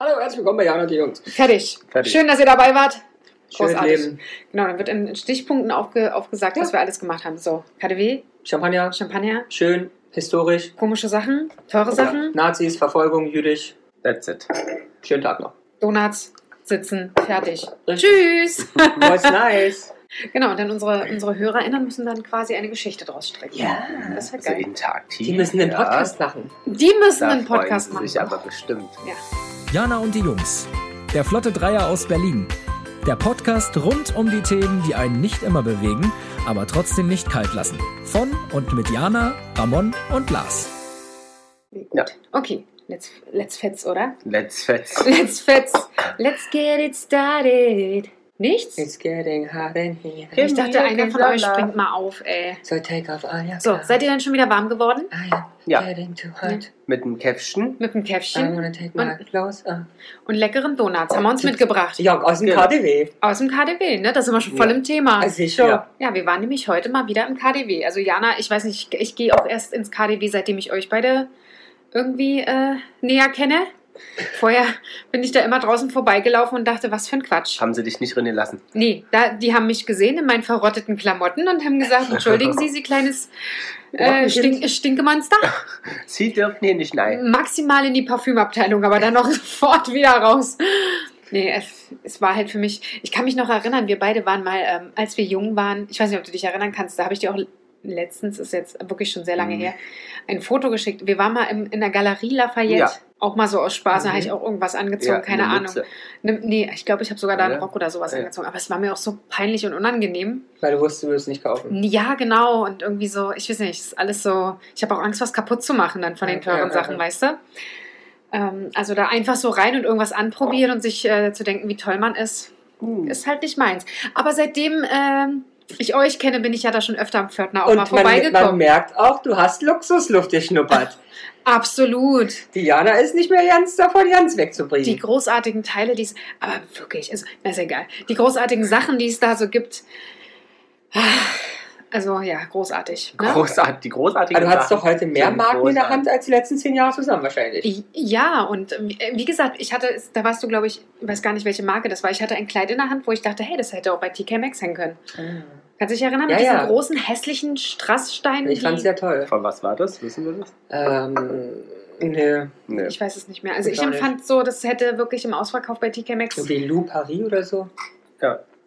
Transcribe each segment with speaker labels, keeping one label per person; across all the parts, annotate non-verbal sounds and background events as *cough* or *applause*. Speaker 1: Hallo, herzlich willkommen bei Jan und die Jungs.
Speaker 2: Fertig.
Speaker 1: Fertig.
Speaker 2: Schön, dass ihr dabei wart.
Speaker 1: Schönes
Speaker 2: Großartig.
Speaker 1: Leben,
Speaker 2: Genau, dann wird in in Stichpunkten aufge, aufgesagt, was wir alles gemacht haben. So, KDW,
Speaker 1: Champagner,
Speaker 2: Champagner,
Speaker 1: schön, historisch,
Speaker 2: komische Sachen, teure Sachen,
Speaker 1: Nazis, Verfolgung, jüdisch.
Speaker 3: That's it.
Speaker 1: Schönen Tag
Speaker 2: *laughs*
Speaker 1: noch.
Speaker 2: Donuts, sitzen, fertig.
Speaker 1: Richtig.
Speaker 2: Tschüss. *laughs*
Speaker 1: Was nice.
Speaker 2: genau, und dann unsere, unsere HörerInnen müssen dann quasi eine Geschichte draus stricken. das ist halt
Speaker 3: also
Speaker 2: geil.
Speaker 3: interaktiv.
Speaker 1: Die müssen den
Speaker 3: ja.
Speaker 1: Podcast machen.
Speaker 2: Die müssen
Speaker 3: Da
Speaker 2: einen Podcast
Speaker 3: freuen
Speaker 2: machen.
Speaker 3: sie sich aber bestimmt.
Speaker 4: Jana und die Jungs. Der Flotte Dreier aus Berlin. Der Podcast rund um die Themen, die einen nicht immer bewegen, aber trotzdem nicht kalt lassen. Von und mit Jana, Ramon und Lars.
Speaker 2: Gut.
Speaker 3: Ja.
Speaker 2: Okay, let's, let's fetz, oder? *laughs*
Speaker 3: Let's fetz.
Speaker 2: Let's fetz. Let's get it started. Nichts?
Speaker 1: It's getting hot in here.
Speaker 2: Ich dachte, einer von euch springt mal auf, ey.
Speaker 1: So take off all your
Speaker 2: So,
Speaker 1: clothes.
Speaker 2: seid Hm. ihr dann schon wieder warm geworden?
Speaker 1: I am
Speaker 3: Ja.
Speaker 1: getting too hot.
Speaker 3: Mit dem Käffchen.
Speaker 2: Mit dem
Speaker 1: I
Speaker 2: Käffchen
Speaker 1: wanna take my clothes off.
Speaker 2: und leckeren Donuts haben wir uns mitgebracht.
Speaker 1: Ja, aus dem
Speaker 3: Genau.
Speaker 1: KDW.
Speaker 2: Aus dem KDW, ne? Da sind wir schon voll
Speaker 3: Ja.
Speaker 2: im Thema.
Speaker 1: Also ich schon.
Speaker 3: Ja.
Speaker 2: Ja, wir waren nämlich heute mal wieder im KDW. Also Jana, ich weiß nicht, ich, ich gehe auch erst ins KDW, seitdem ich euch beide irgendwie äh, näher kenne. Vorher bin ich da immer draußen vorbeigelaufen und dachte, was für ein Quatsch.
Speaker 3: Haben sie dich nicht drin gelassen.
Speaker 2: Nee, da, die haben mich gesehen in meinen verrotteten Klamotten und haben gesagt, entschuldigen Sie, Sie kleines äh,
Speaker 3: Rottenkind.
Speaker 2: Stink Stinkemonster.
Speaker 3: Sie dürfen hier nicht nein.
Speaker 2: Maximal in die Parfümabteilung, aber dann noch sofort wieder raus. Nee, es, es war halt für mich, ich kann mich noch erinnern, wir beide waren mal, ähm, als wir jung waren, ich weiß nicht, ob du dich erinnern kannst, da habe ich dir auch letztens, ist jetzt wirklich schon sehr lange
Speaker 3: Mhm.
Speaker 2: her, ein Foto geschickt. Wir waren mal im, in der Galerie Lafayette,
Speaker 3: Ja.
Speaker 2: auch mal so aus Spaß, da
Speaker 1: Mhm.
Speaker 2: habe ich auch irgendwas angezogen, keine
Speaker 3: eine
Speaker 2: Ahnung.
Speaker 3: Mütze.
Speaker 2: Ne, nee, ich glaube, ich habe sogar da einen
Speaker 3: Oder?
Speaker 2: Rock oder sowas
Speaker 3: Ja.
Speaker 2: angezogen, aber es war mir auch so peinlich und unangenehm.
Speaker 1: Weil du wusstest, du würdest nicht kaufen.
Speaker 2: Ja, genau, und irgendwie so, ich weiß nicht, ist alles so, ich habe auch Angst, was kaputt zu machen dann von den
Speaker 1: Ja,
Speaker 2: teuren
Speaker 1: ja,
Speaker 2: Sachen,
Speaker 1: ja.
Speaker 2: weißt du? Ähm, also da einfach so rein und irgendwas anprobieren
Speaker 1: Oh.
Speaker 2: und sich äh, zu denken, wie toll man ist,
Speaker 3: Hm.
Speaker 2: ist halt nicht meins. Aber seitdem ähm, ich euch kenne, bin ich ja da schon öfter am Pförtner auch mal
Speaker 1: Und man, man
Speaker 2: vorbeigekommen.
Speaker 1: merkt auch, du hast Luxusluft
Speaker 2: *laughs*
Speaker 1: geschnuppert.
Speaker 2: Absolut.
Speaker 1: Diana ist nicht mehr ganz davon, ganz wegzubringen.
Speaker 2: Die großartigen Teile, die es, aber wirklich, also, na, ist egal. Die großartigen Sachen, die es da so gibt. Ah, Also ja, großartig. Ne?
Speaker 3: Großartig, die großartige
Speaker 1: Aber du hattest doch heute mehr
Speaker 3: Sind
Speaker 1: Marken in der
Speaker 3: großartig.
Speaker 1: Hand als die letzten zehn Jahre zusammen wahrscheinlich.
Speaker 2: Ja, und ähm, wie gesagt, ich hatte, da warst du, glaube ich, ich weiß gar nicht, welche Marke das war. Ich hatte ein Kleid in der Hand, wo ich dachte, hey, das hätte auch bei TK Maxx hängen können. Kannst du dich erinnern?
Speaker 1: Ja,
Speaker 2: mit diesen
Speaker 1: ja.
Speaker 2: großen, hässlichen Strasssteinen.
Speaker 1: Ich fand es
Speaker 2: die-
Speaker 1: sehr toll.
Speaker 3: Von was war das? Wissen wir das?
Speaker 1: Ähm, ne,
Speaker 3: Nee.
Speaker 2: ich weiß es nicht mehr. Also
Speaker 1: Ich
Speaker 2: ich
Speaker 1: auch nicht.
Speaker 2: empfand so, das hätte wirklich im Ausverkauf bei TK Maxx.
Speaker 1: irgendwie Lou Paris oder so.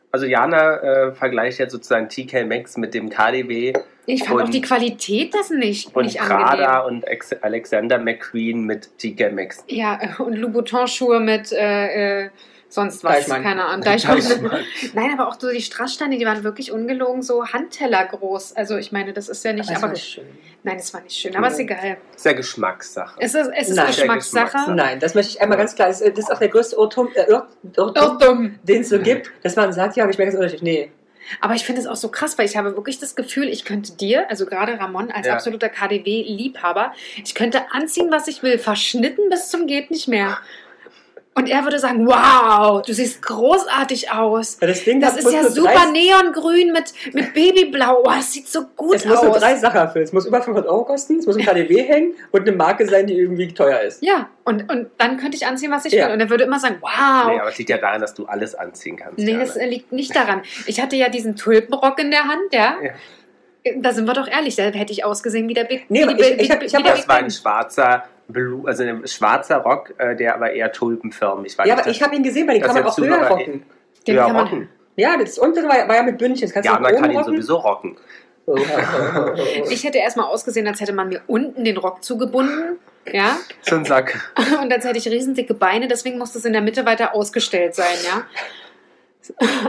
Speaker 3: Also Jana äh, vergleicht jetzt sozusagen TK Maxx mit dem KDW
Speaker 2: Ich fand auch
Speaker 3: Und-
Speaker 2: die Qualität dessen nicht,
Speaker 3: und
Speaker 2: nicht angenehm.
Speaker 3: Prada und Ex Alexander McQueen mit TK Maxx.
Speaker 2: Ja, äh, und Louboutin-Schuhe mit äh, äh, sonst was.
Speaker 1: Deichmann.
Speaker 2: Keine
Speaker 1: *laughs*
Speaker 2: Ahnung. Deichmann.
Speaker 3: Deichmann.
Speaker 2: Nein, aber auch so die Strasssteine, die waren wirklich ungelogen so Handteller groß. Also ich meine, das ist ja nicht,
Speaker 1: es
Speaker 2: aber
Speaker 1: war schön.
Speaker 2: nein, es war nicht schön, aber ist egal.
Speaker 3: Ist ja Geschmackssache.
Speaker 2: Es ist, es ist
Speaker 1: Nein.
Speaker 2: Geschmackssache.
Speaker 3: Geschmackssache.
Speaker 1: Nein, das möchte ich einmal ganz klar. Das ist das ist auch der größte Irrtum, äh, Irrt- Irrtum
Speaker 2: Irrtum.
Speaker 1: den es so gibt, dass man sagt, ja, ich merke es unterschiedlich. Nee,
Speaker 2: Aber ich finde es auch so krass, weil ich habe wirklich das Gefühl, ich könnte dir, also gerade Ramon als
Speaker 3: Ja.
Speaker 2: absoluter KDW-Liebhaber, ich könnte anziehen, was ich will, verschnitten bis zum geht nicht mehr. Und er würde sagen, wow, du siehst großartig aus.
Speaker 1: das Ding
Speaker 2: Das
Speaker 1: hat-
Speaker 2: ist
Speaker 1: muss
Speaker 2: ja
Speaker 1: nur
Speaker 2: super
Speaker 1: drei,
Speaker 2: neongrün mit, mit Babyblau. Oh, es sieht so gut
Speaker 1: Es muss nur
Speaker 2: aus.
Speaker 1: drei Sachen erfüllen. Es muss über 500 Euro kosten, es muss ein
Speaker 2: *laughs*
Speaker 1: KDW hängen und eine Marke sein, die irgendwie teuer ist.
Speaker 2: Ja, und, und dann könnte ich anziehen, was ich
Speaker 1: Ja.
Speaker 2: will. Und er würde immer sagen, wow.
Speaker 3: Nee, aber es liegt ja daran, dass du alles anziehen kannst.
Speaker 2: Nee,
Speaker 3: Jana.
Speaker 2: das äh, liegt nicht daran. Ich hatte ja diesen Tulpenrock in der Hand, ja. Äh,
Speaker 3: Ja.
Speaker 2: Da sind wir doch ehrlich, da hätte ich ausgesehen wie der Big
Speaker 1: Nee,
Speaker 2: wie
Speaker 1: aber
Speaker 2: die
Speaker 1: ich-
Speaker 2: Bi-
Speaker 1: ich
Speaker 2: wie-
Speaker 1: hab- ich hab
Speaker 2: wie der
Speaker 1: was
Speaker 2: Big
Speaker 3: das war ein
Speaker 2: Bang.
Speaker 3: schwarzer Blue, also ein schwarzer Rock, äh, der aber eher tulpenförmig war.
Speaker 1: Ja,
Speaker 3: Nicht
Speaker 1: aber
Speaker 3: das-
Speaker 1: ich habe ihn gesehen, bei dem
Speaker 3: das
Speaker 1: kann man
Speaker 3: jetzt
Speaker 1: auch Bilder
Speaker 3: Zuhörer-
Speaker 1: rocken.
Speaker 2: Den
Speaker 3: ja,
Speaker 2: kann man- also
Speaker 3: rocken.
Speaker 1: Ja, das untere war, war ja mit Bündchen. Das kannst du
Speaker 3: Jana
Speaker 1: auch oben
Speaker 3: kann ihn
Speaker 1: rocken.
Speaker 3: sowieso rocken.
Speaker 1: Oh, oh, oh, oh.
Speaker 2: *laughs* Ich hätte erstmal ausgesehen, als hätte man mir unten den Rock zugebunden. Ja, *laughs*
Speaker 3: So ein Sack.
Speaker 2: und als hätte ich riesendicke Beine, deswegen muss das in der Mitte weiter ausgestellt sein, ja.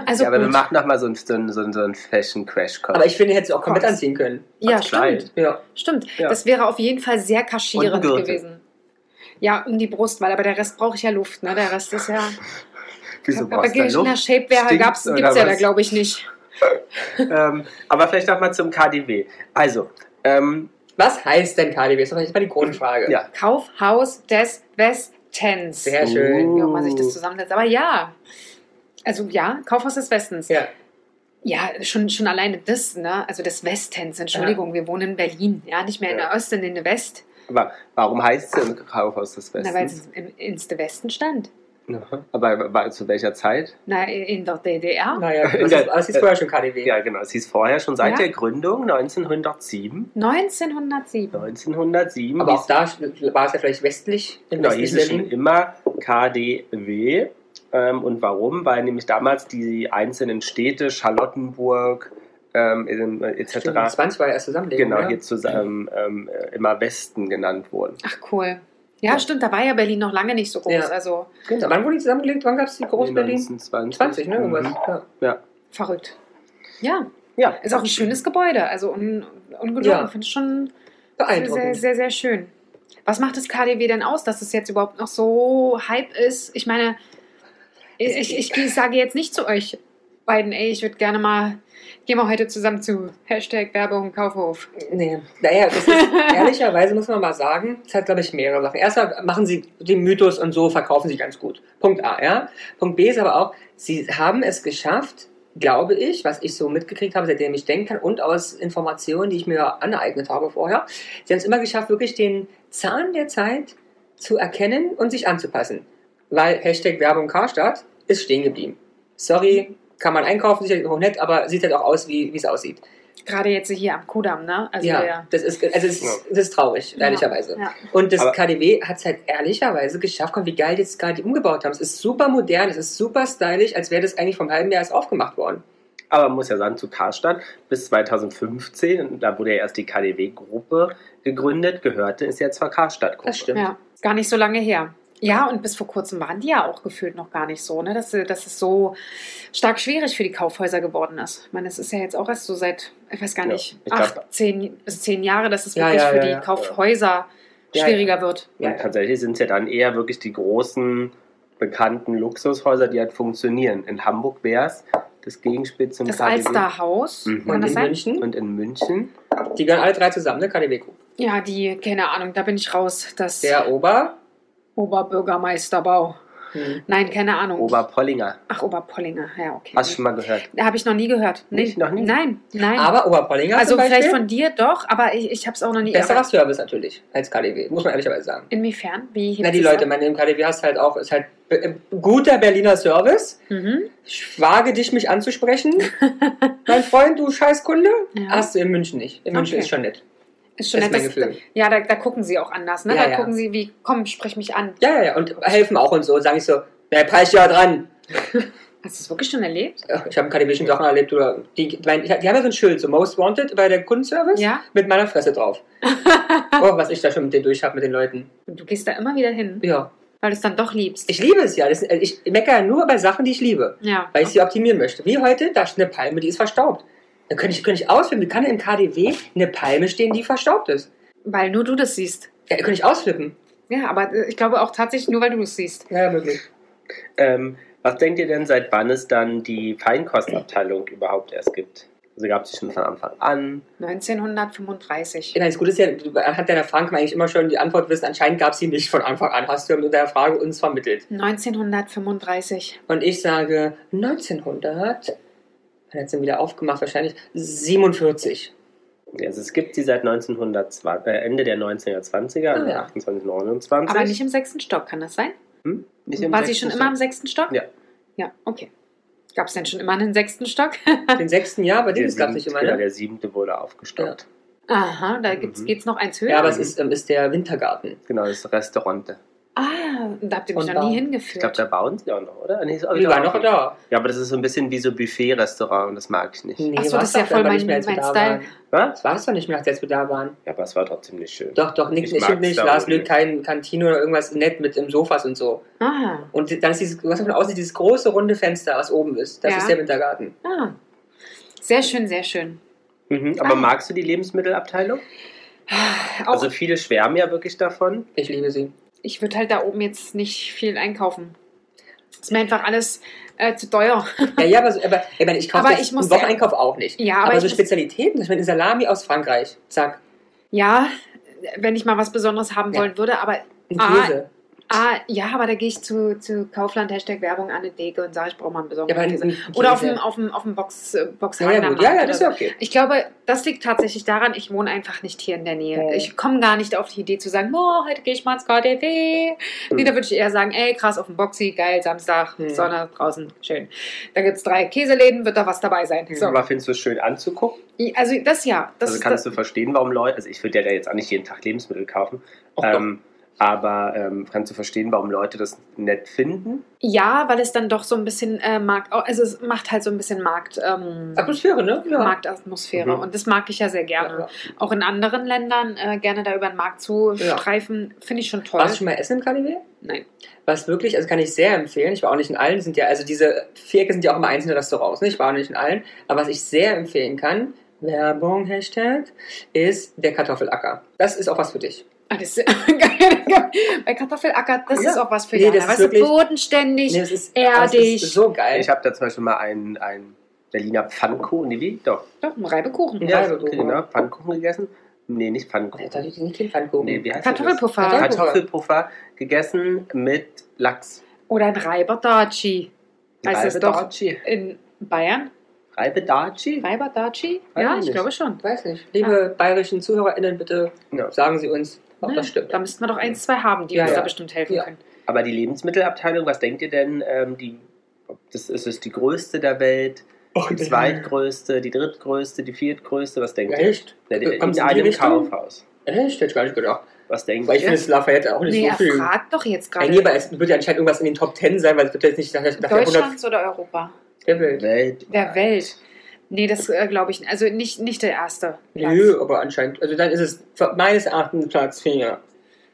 Speaker 2: Also,
Speaker 3: ja, aber wir
Speaker 2: gut.
Speaker 3: machen nochmal so ein, so ein, so ein, so ein Fashion Crash
Speaker 1: Aber ich finde, hättest du auch komplett anziehen können.
Speaker 2: ja,
Speaker 3: als
Speaker 2: stimmt.
Speaker 3: Kleid.
Speaker 1: Ja.
Speaker 2: Stimmt,
Speaker 3: Ja.
Speaker 2: das wäre auf jeden Fall sehr kaschierend
Speaker 3: Und Gürtel.
Speaker 2: gewesen. Ja, um die Brust, weil aber der Rest brauche ich ja Luft, ne? Der Rest ist ja.
Speaker 3: Wieso
Speaker 2: aber
Speaker 3: brauchst du da
Speaker 2: in der
Speaker 3: Luft?
Speaker 2: Shape wäre,
Speaker 3: Stinkt's
Speaker 2: gab's,
Speaker 3: oder
Speaker 2: gibt's ja da,
Speaker 3: was?
Speaker 2: glaube ich, nicht.
Speaker 3: ähm, aber vielleicht nochmal zum KDW. Also, ähm,
Speaker 1: Was heißt denn KDW? Das ist doch jetzt mal die Grundfrage.
Speaker 3: Ja.
Speaker 2: Kaufhaus des Westens.
Speaker 1: Sehr schön.
Speaker 2: Wie auch immer sich das zusammensetzt. Aber ja. Also ja, Kaufhaus des Westens.
Speaker 1: Ja.
Speaker 2: Ja, schon, schon alleine das, ne? Also des Westens, Entschuldigung, wir wohnen in Berlin, ja, nicht mehr in
Speaker 3: Ja.
Speaker 2: der Ost, sondern in der West.
Speaker 3: Aber Oh. warum heißt es im Kaufhaus des
Speaker 2: Na, weil
Speaker 3: Westens?
Speaker 2: es im, ins der Westen stand.
Speaker 3: Aha. Aber war, zu welcher Zeit?
Speaker 2: Na, in der DDR.
Speaker 1: Naja,
Speaker 3: *laughs*
Speaker 1: das,
Speaker 3: Ja.
Speaker 1: ist, das hieß vorher schon KDW.
Speaker 3: Ja, genau. Es hieß vorher schon seit
Speaker 2: Ja.
Speaker 3: der Gründung 1907.
Speaker 2: 1907.
Speaker 3: 1907
Speaker 1: Aber
Speaker 3: hieß,
Speaker 1: auch da war es ja vielleicht westlich, in
Speaker 3: genau, hieß
Speaker 1: westlichen
Speaker 3: es schon
Speaker 1: Berlin.
Speaker 3: immer KDW. Ähm, und warum? Weil nämlich damals die einzelnen Städte, Charlottenburg ähm, etc.
Speaker 1: Stimmt, 20 war ja erst Zusammenlegung.
Speaker 3: Genau,
Speaker 1: oder?
Speaker 3: hier zusammen ähm, äh, immer Westen genannt wurden.
Speaker 2: Ach cool. Ja,
Speaker 1: Ja.
Speaker 2: stimmt, da war ja Berlin noch lange nicht so groß.
Speaker 1: Ja.
Speaker 2: Also
Speaker 1: Genau. Wann wurde die zusammengelegt? Wann gab es die Groß-Berlin?
Speaker 3: 1920.
Speaker 1: 20, ne? Irgendwas.
Speaker 3: Mhm.
Speaker 1: Ja.
Speaker 2: verrückt. Ja.
Speaker 3: Ja.
Speaker 2: Ist auch ein schönes Gebäude. Also un, ungelogen.
Speaker 1: Ja.
Speaker 2: Finde ich schon sehr,
Speaker 1: Beeindruckend.
Speaker 2: sehr, sehr, sehr schön. Was macht das KDW denn aus, dass es jetzt überhaupt noch so Hype ist? Ich meine, ich, ich, ich, ich sage jetzt nicht zu euch beiden, ey, ich würde gerne mal, gehen wir heute zusammen zu Hashtag Werbung Kaufhof.
Speaker 1: Nee, naja, das ist, ehrlicherweise muss man mal sagen, es hat, glaube ich, mehrere Sachen. Erstmal machen sie den Mythos und so verkaufen sie ganz gut. Punkt A, ja. Punkt B ist aber auch, sie haben es geschafft, glaube ich, was ich so mitgekriegt habe, seitdem ich denken kann und aus Informationen, die ich mir aneignet habe vorher, sie haben es immer geschafft, wirklich den Zahn der Zeit zu erkennen und sich anzupassen. Weil Hashtag Werbung Karstadt ist stehen geblieben. Sorry, kann man einkaufen, sicherlich auch nett, aber sieht halt auch aus, wie wie es aussieht
Speaker 2: Gerade jetzt hier am Kudamm, ne? Also
Speaker 1: ja,
Speaker 2: der-
Speaker 1: das ist, also es ist, das ist traurig,
Speaker 2: Ja.
Speaker 1: ehrlicherweise.
Speaker 2: Ja.
Speaker 1: Und das
Speaker 3: Aber-
Speaker 1: KDW hat es halt ehrlicherweise geschafft, komm, wie geil die es gerade umgebaut haben. Es ist super modern, es ist super stylisch, als wäre das eigentlich vom halben Jahr erst aufgemacht worden.
Speaker 3: Aber man muss ja sagen, zu Karstadt bis 2015, da wurde ja erst die KDW-Gruppe gegründet, gehörte es ja zur Karstadt-Gruppe.
Speaker 1: Das stimmt.
Speaker 2: Ja, ist gar nicht so lange her. Ja, und bis vor kurzem waren die ja auch gefühlt noch gar nicht so, ne? dass, äh, dass es so stark schwierig für die Kaufhäuser geworden ist. Ich meine, es ist ja jetzt auch erst so seit, ich weiß gar
Speaker 3: Ja,
Speaker 2: nicht,
Speaker 3: ich
Speaker 2: acht,
Speaker 3: glaub-
Speaker 2: zehn bis zehn Jahre, dass es
Speaker 1: Ja,
Speaker 2: wirklich
Speaker 1: ja,
Speaker 2: für
Speaker 1: ja,
Speaker 2: die
Speaker 1: ja.
Speaker 2: Kaufhäuser
Speaker 1: Ja,
Speaker 2: schwieriger wird.
Speaker 1: Ja,
Speaker 3: Und tatsächlich sind es ja dann eher wirklich die großen, bekannten Luxushäuser, die halt funktionieren. In Hamburg wäre es das Gegenspiel zum
Speaker 2: Das
Speaker 3: KDW.
Speaker 2: Alsterhaus,
Speaker 3: Mhm.
Speaker 2: kann
Speaker 1: Und
Speaker 2: das
Speaker 1: in
Speaker 2: sein?
Speaker 1: München,
Speaker 3: Und in München.
Speaker 1: die gehören alle drei zusammen, ne, KDW Group.
Speaker 2: Ja, die, keine Ahnung, da bin ich raus. Das
Speaker 1: Der Ober,
Speaker 2: Oberbürgermeisterbau.
Speaker 1: hm,
Speaker 2: Nein, keine Ahnung.
Speaker 3: Oberpollinger.
Speaker 2: Ach, Oberpollinger, ja, okay.
Speaker 3: Hast du schon mal gehört?
Speaker 2: Habe ich noch nie gehört. Nee.
Speaker 3: Nicht? Noch nie?
Speaker 2: Nein, nein.
Speaker 1: aber Oberpollinger
Speaker 2: also
Speaker 1: zum Beispiel,
Speaker 2: vielleicht von dir doch, aber ich, ich habe es auch noch nie
Speaker 1: besserer Service natürlich als KDW, muss man ehrlicherweise sagen.
Speaker 2: Inwiefern? Wie hebt
Speaker 1: Na, die
Speaker 2: es
Speaker 1: Leute,
Speaker 2: ab?
Speaker 1: man, im KDW hast halt auch, ist halt äh, guter Berliner Service.
Speaker 2: Mhm.
Speaker 1: Ich wage dich, mich
Speaker 2: *laughs*
Speaker 1: anzusprechen. mein Freund, du Scheißkunde.
Speaker 2: Ja.
Speaker 1: Hast du in München nicht. In München
Speaker 2: Okay.
Speaker 1: ist schon nett.
Speaker 2: ist schon
Speaker 1: das
Speaker 2: nett,
Speaker 1: ist mein
Speaker 2: dass,
Speaker 1: Gefühl.
Speaker 2: ja, da, da gucken sie auch anders. Ne?
Speaker 1: Ja,
Speaker 2: da
Speaker 1: ja.
Speaker 2: gucken sie, wie, komm, sprich mich an.
Speaker 1: Ja, ja, ja. Und helfen auch und so. Und sage ich so, na, preis ja dran.
Speaker 2: Hast du es wirklich schon erlebt?
Speaker 1: Ach, Ich habe keine bestimmten Sachen erlebt. Oder die, die haben ja so ein Schild, so Most Wanted bei der Kundenservice
Speaker 2: Ja.
Speaker 1: mit meiner Fresse
Speaker 2: *laughs*
Speaker 1: drauf. oh, was ich da schon mit denen durch habe, mit den Leuten.
Speaker 2: Und du gehst da immer wieder hin,
Speaker 1: Ja.
Speaker 2: weil du es dann doch liebst.
Speaker 1: Ich liebe es ja. Das, also ich meckere nur bei Sachen, die ich liebe,
Speaker 2: ja.
Speaker 1: weil ich sie optimieren möchte. Wie heute, da steht eine Palme, die ist verstaubt. Da könnte ich, könnte ich ausflippen. Wie kann denn im KDW eine Palme stehen, die verstaubt ist?
Speaker 2: Weil nur du das siehst.
Speaker 1: Ja, könnte ich ausflippen.
Speaker 2: Ja, aber äh, ich glaube auch tatsächlich nur, weil du es siehst.
Speaker 1: Naja, möglich.
Speaker 3: Ähm, was denkt ihr denn, seit wann es dann die Feinkostabteilung überhaupt erst gibt? Also gab es die schon von Anfang an?
Speaker 2: 1935.
Speaker 1: Ja, das Gute ist ja, du- äh, anhand deiner Fragen kann man eigentlich immer schon die Antwort wissen. Anscheinend gab es sie nicht von Anfang an. Hast du mit deiner Frage uns vermittelt.
Speaker 2: 1935.
Speaker 1: Und ich sage 1900, dann hat sie ihn wieder aufgemacht, wahrscheinlich 47.
Speaker 3: Also es gibt sie seit 1920, äh, Ende der 1920er, also
Speaker 1: Ah, ja.
Speaker 3: 28, 29.
Speaker 2: Aber nicht im sechsten Stock, kann das sein?
Speaker 3: Hm? Nicht im
Speaker 2: War sie
Speaker 3: sechsten
Speaker 2: schon
Speaker 3: Stock?
Speaker 2: immer im sechsten Stock?
Speaker 3: Ja.
Speaker 2: Ja, okay. Gab es denn schon immer einen sechsten Stock?
Speaker 1: Den sechsten Jahr, bei dem
Speaker 3: Der
Speaker 1: es gab es nicht
Speaker 3: siebte,
Speaker 1: immer,
Speaker 3: genau,
Speaker 1: ne?
Speaker 3: der siebte wurde aufgestockt.
Speaker 2: Aha, da gibt's,
Speaker 3: Mhm.
Speaker 2: geht's noch eins höher.
Speaker 1: Ja, aber es ist, ähm, ist der Wintergarten.
Speaker 3: Genau, das Restaurant.
Speaker 2: Ah, da habt ihr mich
Speaker 1: Und
Speaker 2: noch nie
Speaker 1: Bau.
Speaker 2: hingeführt.
Speaker 3: Ich glaube, da bauen sie auch noch, oder? Nee, ist
Speaker 2: Oh,
Speaker 3: auch
Speaker 1: Wir
Speaker 3: wieder
Speaker 1: waren noch
Speaker 3: offen.
Speaker 1: da.
Speaker 3: Ja, aber das ist so ein bisschen wie so Buffet-Restaurant und das mag ich nicht.
Speaker 2: Ach
Speaker 1: war's
Speaker 2: so, das ist ja
Speaker 1: doch
Speaker 2: voll
Speaker 1: aber
Speaker 2: mein-
Speaker 1: nicht mehr, als wir
Speaker 2: mein
Speaker 1: da
Speaker 2: Style.
Speaker 1: waren.
Speaker 3: Was?
Speaker 1: Das war es doch nicht mehr, als wir da waren.
Speaker 3: Ja, aber es war trotzdem nicht schön.
Speaker 1: Doch, doch, nicht,
Speaker 3: Ich
Speaker 1: nicht,
Speaker 3: mag's
Speaker 1: nicht
Speaker 3: da
Speaker 1: Lars
Speaker 3: oben.
Speaker 1: Löw, kein Kantine oder irgendwas nett mit im Sofas und so.
Speaker 2: ah,
Speaker 1: Und dann ist dieses, was davon aussieht, dieses große runde Fenster, was oben ist. Das
Speaker 2: Ja.
Speaker 1: ist der Wintergarten.
Speaker 2: ah. Sehr schön, sehr schön.
Speaker 3: Mhm. Aber
Speaker 2: Ah.
Speaker 3: magst du die Lebensmittelabteilung?
Speaker 2: Auch
Speaker 3: Also viele schwärmen ja wirklich davon.
Speaker 1: Ich liebe sie.
Speaker 2: ich würde halt da oben jetzt nicht viel einkaufen. Ist mir einfach alles äh, zu teuer.
Speaker 1: Ja, ja, aber, so, aber ich, meine, ich kaufe
Speaker 2: Aber
Speaker 1: das
Speaker 2: ich muss
Speaker 1: im Wocheneinkauf auch nicht.
Speaker 2: Ja,
Speaker 1: aber
Speaker 2: aber
Speaker 1: so
Speaker 2: ich muss,
Speaker 1: Spezialitäten, ich meine, Salami aus Frankreich, zack,
Speaker 2: ja, wenn ich mal was Besonderes haben
Speaker 1: Ja.
Speaker 2: wollen würde, aber
Speaker 1: ein
Speaker 2: Ah.
Speaker 1: Käse.
Speaker 2: Ah, ja, aber da gehe ich zu, zu Kaufland, Hashtag Werbung an den Deke und sage, ich brauche mal einen
Speaker 1: Ja, aber
Speaker 2: besonderen
Speaker 1: ein-
Speaker 2: Käse.
Speaker 1: ein
Speaker 2: Oder auf
Speaker 1: Käse.
Speaker 2: dem, auf dem, auf dem Box, äh,
Speaker 1: Ja,
Speaker 2: Boxhagener
Speaker 1: ja, gut.
Speaker 2: Markt
Speaker 1: ja, ja,
Speaker 2: oder
Speaker 1: das ist
Speaker 2: so.
Speaker 1: ja okay.
Speaker 2: Ich glaube, das liegt tatsächlich daran, ich wohne einfach nicht hier in der Nähe.
Speaker 1: Ja.
Speaker 2: Ich komme gar nicht auf die Idee zu sagen, oh, heute gehe ich mal ins KDW. Nee,
Speaker 1: Hm.
Speaker 2: da würde ich eher sagen, ey, krass, auf dem Boxy, geil, Samstag,
Speaker 1: Hm.
Speaker 2: Sonne draußen, schön. Da gibt es drei Käseläden, wird da was dabei sein.
Speaker 1: Hm.
Speaker 2: So.
Speaker 3: Aber findest du es schön anzugucken?
Speaker 2: Also das ja. Das
Speaker 3: also
Speaker 2: ist
Speaker 3: kannst
Speaker 2: das,
Speaker 3: du verstehen, warum Leute, also ich würde ja da jetzt auch nicht jeden Tag Lebensmittel kaufen,
Speaker 1: Och, doch.
Speaker 3: ähm, aber ähm, kannst du verstehen, warum Leute das nett finden?
Speaker 2: ja, weil es dann doch so ein bisschen äh, Markt, also es macht halt so ein bisschen Markt. Ähm,
Speaker 1: Atmosphäre, ne? Ja.
Speaker 2: Marktatmosphäre.
Speaker 3: Mhm.
Speaker 2: Und das mag ich ja sehr gerne.
Speaker 1: Ja, ja.
Speaker 2: Auch in anderen Ländern äh, gerne da über den Markt zu
Speaker 1: Ja.
Speaker 2: streifen, finde ich schon toll.
Speaker 1: Warst du schon mal essen im KDW?
Speaker 2: Nein.
Speaker 1: Was wirklich, also kann ich sehr empfehlen. Ich war auch nicht in allen, sind ja, also diese Vierecke sind ja auch immer einzelne Restaurants, ne? Ich war auch nicht in allen. Aber was ich sehr empfehlen kann, Werbung, Hashtag, ist der Kartoffelacker. Das ist auch was für dich.
Speaker 2: Ah, Das ist *laughs* geil. Bei Kartoffelacker, das
Speaker 1: Ja.
Speaker 2: ist auch was für
Speaker 1: Nee,
Speaker 2: Jana.
Speaker 1: das ist
Speaker 2: Weißt du,
Speaker 1: wirklich-
Speaker 2: bodenständig.
Speaker 1: Nee, das ist,
Speaker 2: ehrlich.
Speaker 1: das ist so geil.
Speaker 3: Ich habe da zum Beispiel mal einen, einen Berliner Pfannkuchen, nee, wie? Doch,
Speaker 2: Doch, ein Reibekuchen.
Speaker 1: Ja,
Speaker 3: so,
Speaker 1: Pfannkuchen.
Speaker 3: genau, Pfannkuchen gegessen? Nee, nicht
Speaker 1: Alter,
Speaker 3: Pfannkuchen.
Speaker 1: hab ich nicht den Pfannkuchen.
Speaker 3: Nee, wie heißt das?
Speaker 2: Kartoffelpuffer.
Speaker 1: Kartoffel-
Speaker 3: Kartoffelpuffer gegessen mit Lachs.
Speaker 2: Oder ein Reibadaci. Heißt es doch
Speaker 3: Reibedaci.
Speaker 2: in Bayern?
Speaker 3: Reibedaci?
Speaker 2: Reibadaci?
Speaker 3: Weiß
Speaker 2: Ja,
Speaker 3: ich
Speaker 2: ich
Speaker 3: nicht.
Speaker 2: glaube schon.
Speaker 1: Ich weiß nicht. Liebe bayerischen ZuhörerInnen, bitte
Speaker 3: Ja.
Speaker 1: sagen Sie uns, ob
Speaker 2: Ne?
Speaker 1: das stimmt.
Speaker 2: Da müssten wir doch eins, zwei haben, die
Speaker 1: Ja,
Speaker 2: uns
Speaker 1: ja.
Speaker 2: da bestimmt helfen
Speaker 1: Ja.
Speaker 2: können.
Speaker 3: Aber die Lebensmittelabteilung, was denkt ihr denn? Ähm, die, ob das ist es die größte der Welt, die zweitgrößte, die drittgrößte, die viertgrößte, was denkt ihr?
Speaker 1: Echt?
Speaker 3: Na, die-
Speaker 1: Kommst
Speaker 3: In
Speaker 1: du in die
Speaker 3: einem
Speaker 1: Richtung?
Speaker 3: Kaufhaus.
Speaker 1: Echt? Hätte ich gar nicht gedacht.
Speaker 3: Was denkt
Speaker 1: Weil ich finde,
Speaker 3: ihr?
Speaker 1: es Lafayette auch nicht
Speaker 2: Nee,
Speaker 1: so
Speaker 2: er
Speaker 1: viel.
Speaker 2: fragt doch jetzt
Speaker 1: Ja, nee, aber
Speaker 2: gerade.
Speaker 1: es wird ja anscheinend irgendwas in den Top Ten sein, weil es wird ja jetzt nicht nach der nach der 100
Speaker 2: Deutschlands oder Europa?
Speaker 1: der Welt.
Speaker 3: Welt.
Speaker 2: Der Welt. Nee, das äh, glaube ich nicht. Also nicht, nicht der erste. Platz.
Speaker 1: Nö, aber anscheinend. Also dann ist es ver- meines Erachtens Platz 4.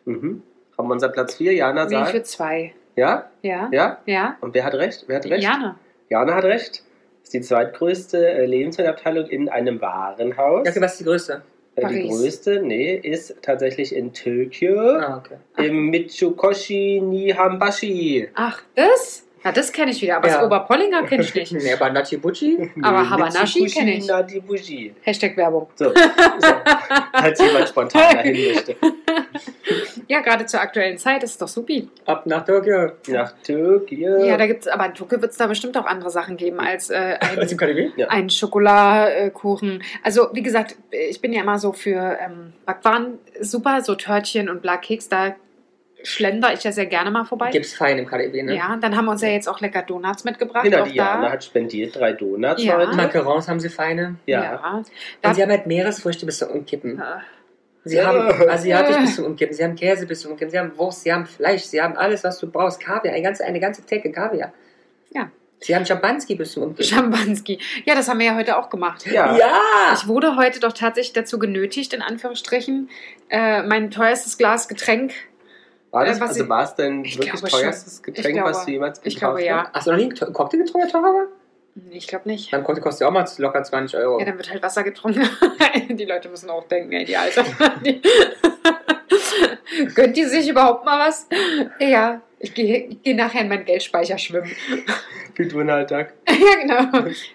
Speaker 3: Mhm. Haben wir unser Platz 4, Jana
Speaker 2: Nee, ich
Speaker 3: sagt.
Speaker 2: würde zwei.
Speaker 3: Ja?
Speaker 2: Ja?
Speaker 3: Ja?
Speaker 2: Ja?
Speaker 3: Und wer hat recht? Wer hat recht?
Speaker 2: Jana.
Speaker 3: Jana hat recht. Das ist die zweitgrößte äh, Lebensmittelabteilung in einem Warenhaus.
Speaker 1: Okay, was ist die Größte?
Speaker 3: Äh, die
Speaker 2: Paris.
Speaker 3: größte, nee, ist tatsächlich in Tokio.
Speaker 1: Ah, okay.
Speaker 3: Im Mitsukoshi Nihambashi.
Speaker 2: Ach, das? Ja, das kenne ich wieder, aber
Speaker 1: Ja.
Speaker 2: das Oberpollinger kenne
Speaker 1: *laughs*
Speaker 2: ich nicht.
Speaker 1: Nee, aber Nachi *laughs* Bucci?
Speaker 2: Aber Habanashi
Speaker 3: Mitsukoshi
Speaker 2: kenn ich.
Speaker 3: Nadibushi.
Speaker 2: Hashtag Werbung.
Speaker 3: So,
Speaker 2: *laughs*
Speaker 3: so. falls jemand spontan dahin möchte.
Speaker 2: Ja, gerade zur aktuellen Zeit ist doch supi.
Speaker 1: Ab nach Tokio.
Speaker 3: Nach Tokio.
Speaker 2: Ja, da gibt's, aber in Tokio wird es da bestimmt auch andere Sachen geben als äh,
Speaker 1: Aus dem
Speaker 2: ein,
Speaker 1: KDW?
Speaker 2: ein Schokolakuchen. Also, wie gesagt, ich bin ja immer so für ähm, Backwaren super, so Törtchen und Blarkeks, da schlender ich ja sehr gerne mal vorbei.
Speaker 1: Gibt's fein im KDW, ne?
Speaker 2: Ja, und dann haben wir uns ja jetzt auch lecker Donuts mitgebracht.
Speaker 3: genau,
Speaker 2: auch
Speaker 3: die Jana
Speaker 2: da.
Speaker 3: hat spendiert drei Donuts
Speaker 2: Ja.
Speaker 3: heute.
Speaker 1: Macarons haben sie feine.
Speaker 3: Ja.
Speaker 2: Da-
Speaker 1: Und sie haben halt Meeresfrüchte bis zum Umkippen.
Speaker 2: ja.
Speaker 1: Sie
Speaker 3: Ja.
Speaker 1: haben asiatisch
Speaker 2: Ja.
Speaker 1: bis zum Umkippen, sie haben Käse bis zum Umkippen, sie haben Wurst, sie haben Fleisch, sie haben alles, was du brauchst. Kaviar, eine ganze, eine ganze Theke Kaviar.
Speaker 2: Ja.
Speaker 1: Sie haben Schabanski bis zum Umkippen.
Speaker 2: Schambanski. Ja, das haben wir ja heute auch gemacht.
Speaker 3: Ja.
Speaker 1: ja!
Speaker 2: Ich wurde heute doch tatsächlich dazu genötigt, in Anführungsstrichen, äh, mein teuerstes Glas Getränk.
Speaker 3: War das,
Speaker 2: Äh, was
Speaker 3: also
Speaker 2: ich-
Speaker 3: war es denn
Speaker 2: Ich
Speaker 3: wirklich
Speaker 2: glaube
Speaker 3: teuerstes Getränk,
Speaker 2: glaube-
Speaker 3: was du jemals gekauft
Speaker 2: Ich glaube ja.
Speaker 1: Hast du noch nie einen To- Cocktail getrunken, der teurer war?
Speaker 2: Ich glaube nicht.
Speaker 1: Dann kostet kostet ja auch mal locker 20 Euro.
Speaker 3: Oh.
Speaker 2: Ja, dann wird halt Wasser getrunken. *laughs* die Leute müssen auch denken, ey, die Alte. *laughs* Die Gönnt die sich überhaupt mal was? Ja, ich gehe ich geh nachher in meinen Geldspeicher schwimmen. *laughs*
Speaker 3: hast? Für Donald Duck.
Speaker 2: ja, genau.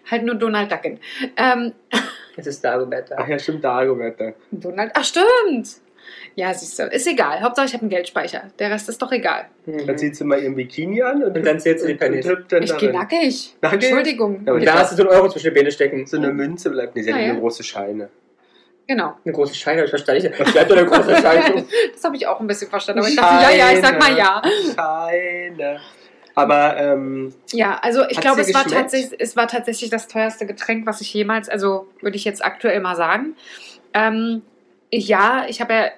Speaker 2: Halt nur Donald Ducken. Ähm,
Speaker 1: Es ist Dagobert da.
Speaker 3: Ach ja, stimmt, der Argument. da.
Speaker 2: Donald, ach stimmt. Ja, siehst du, ist egal. Hauptsache, ich habe einen Geldspeicher. Der Rest ist doch egal.
Speaker 1: Mhm.
Speaker 3: Dann zieht sie mal ihren Bikini an und,
Speaker 1: Und dann zählt sie die Pennies.
Speaker 3: und hüpft dann
Speaker 2: Ich gehe
Speaker 3: darin.
Speaker 2: nackig.
Speaker 3: Nackig?
Speaker 2: Entschuldigung.
Speaker 3: Ja, aber
Speaker 1: Und da hast du so einen Euro zwischen den Beine stecken.
Speaker 3: So eine Münze bleibt nicht, sie
Speaker 2: Ah,
Speaker 3: hat
Speaker 2: ja.
Speaker 3: eine große Scheine.
Speaker 2: Genau.
Speaker 1: Eine große Scheine, hab ich verstanden. Ich bleibt doch eine große
Speaker 2: *laughs*
Speaker 1: Scheine.
Speaker 2: Das habe ich auch ein bisschen verstanden. Aber ich dachte, ja, ja, ich sag mal ja.
Speaker 3: Scheine. Aber ähm,
Speaker 2: Ja, also ich
Speaker 3: Hat's
Speaker 2: glaube,
Speaker 3: dir
Speaker 2: es war,
Speaker 3: geschmeckt?
Speaker 2: tatsächlich, es war tatsächlich das teuerste Getränk, was ich jemals, also würde ich jetzt aktuell mal sagen. Ähm, ja, ich habe ja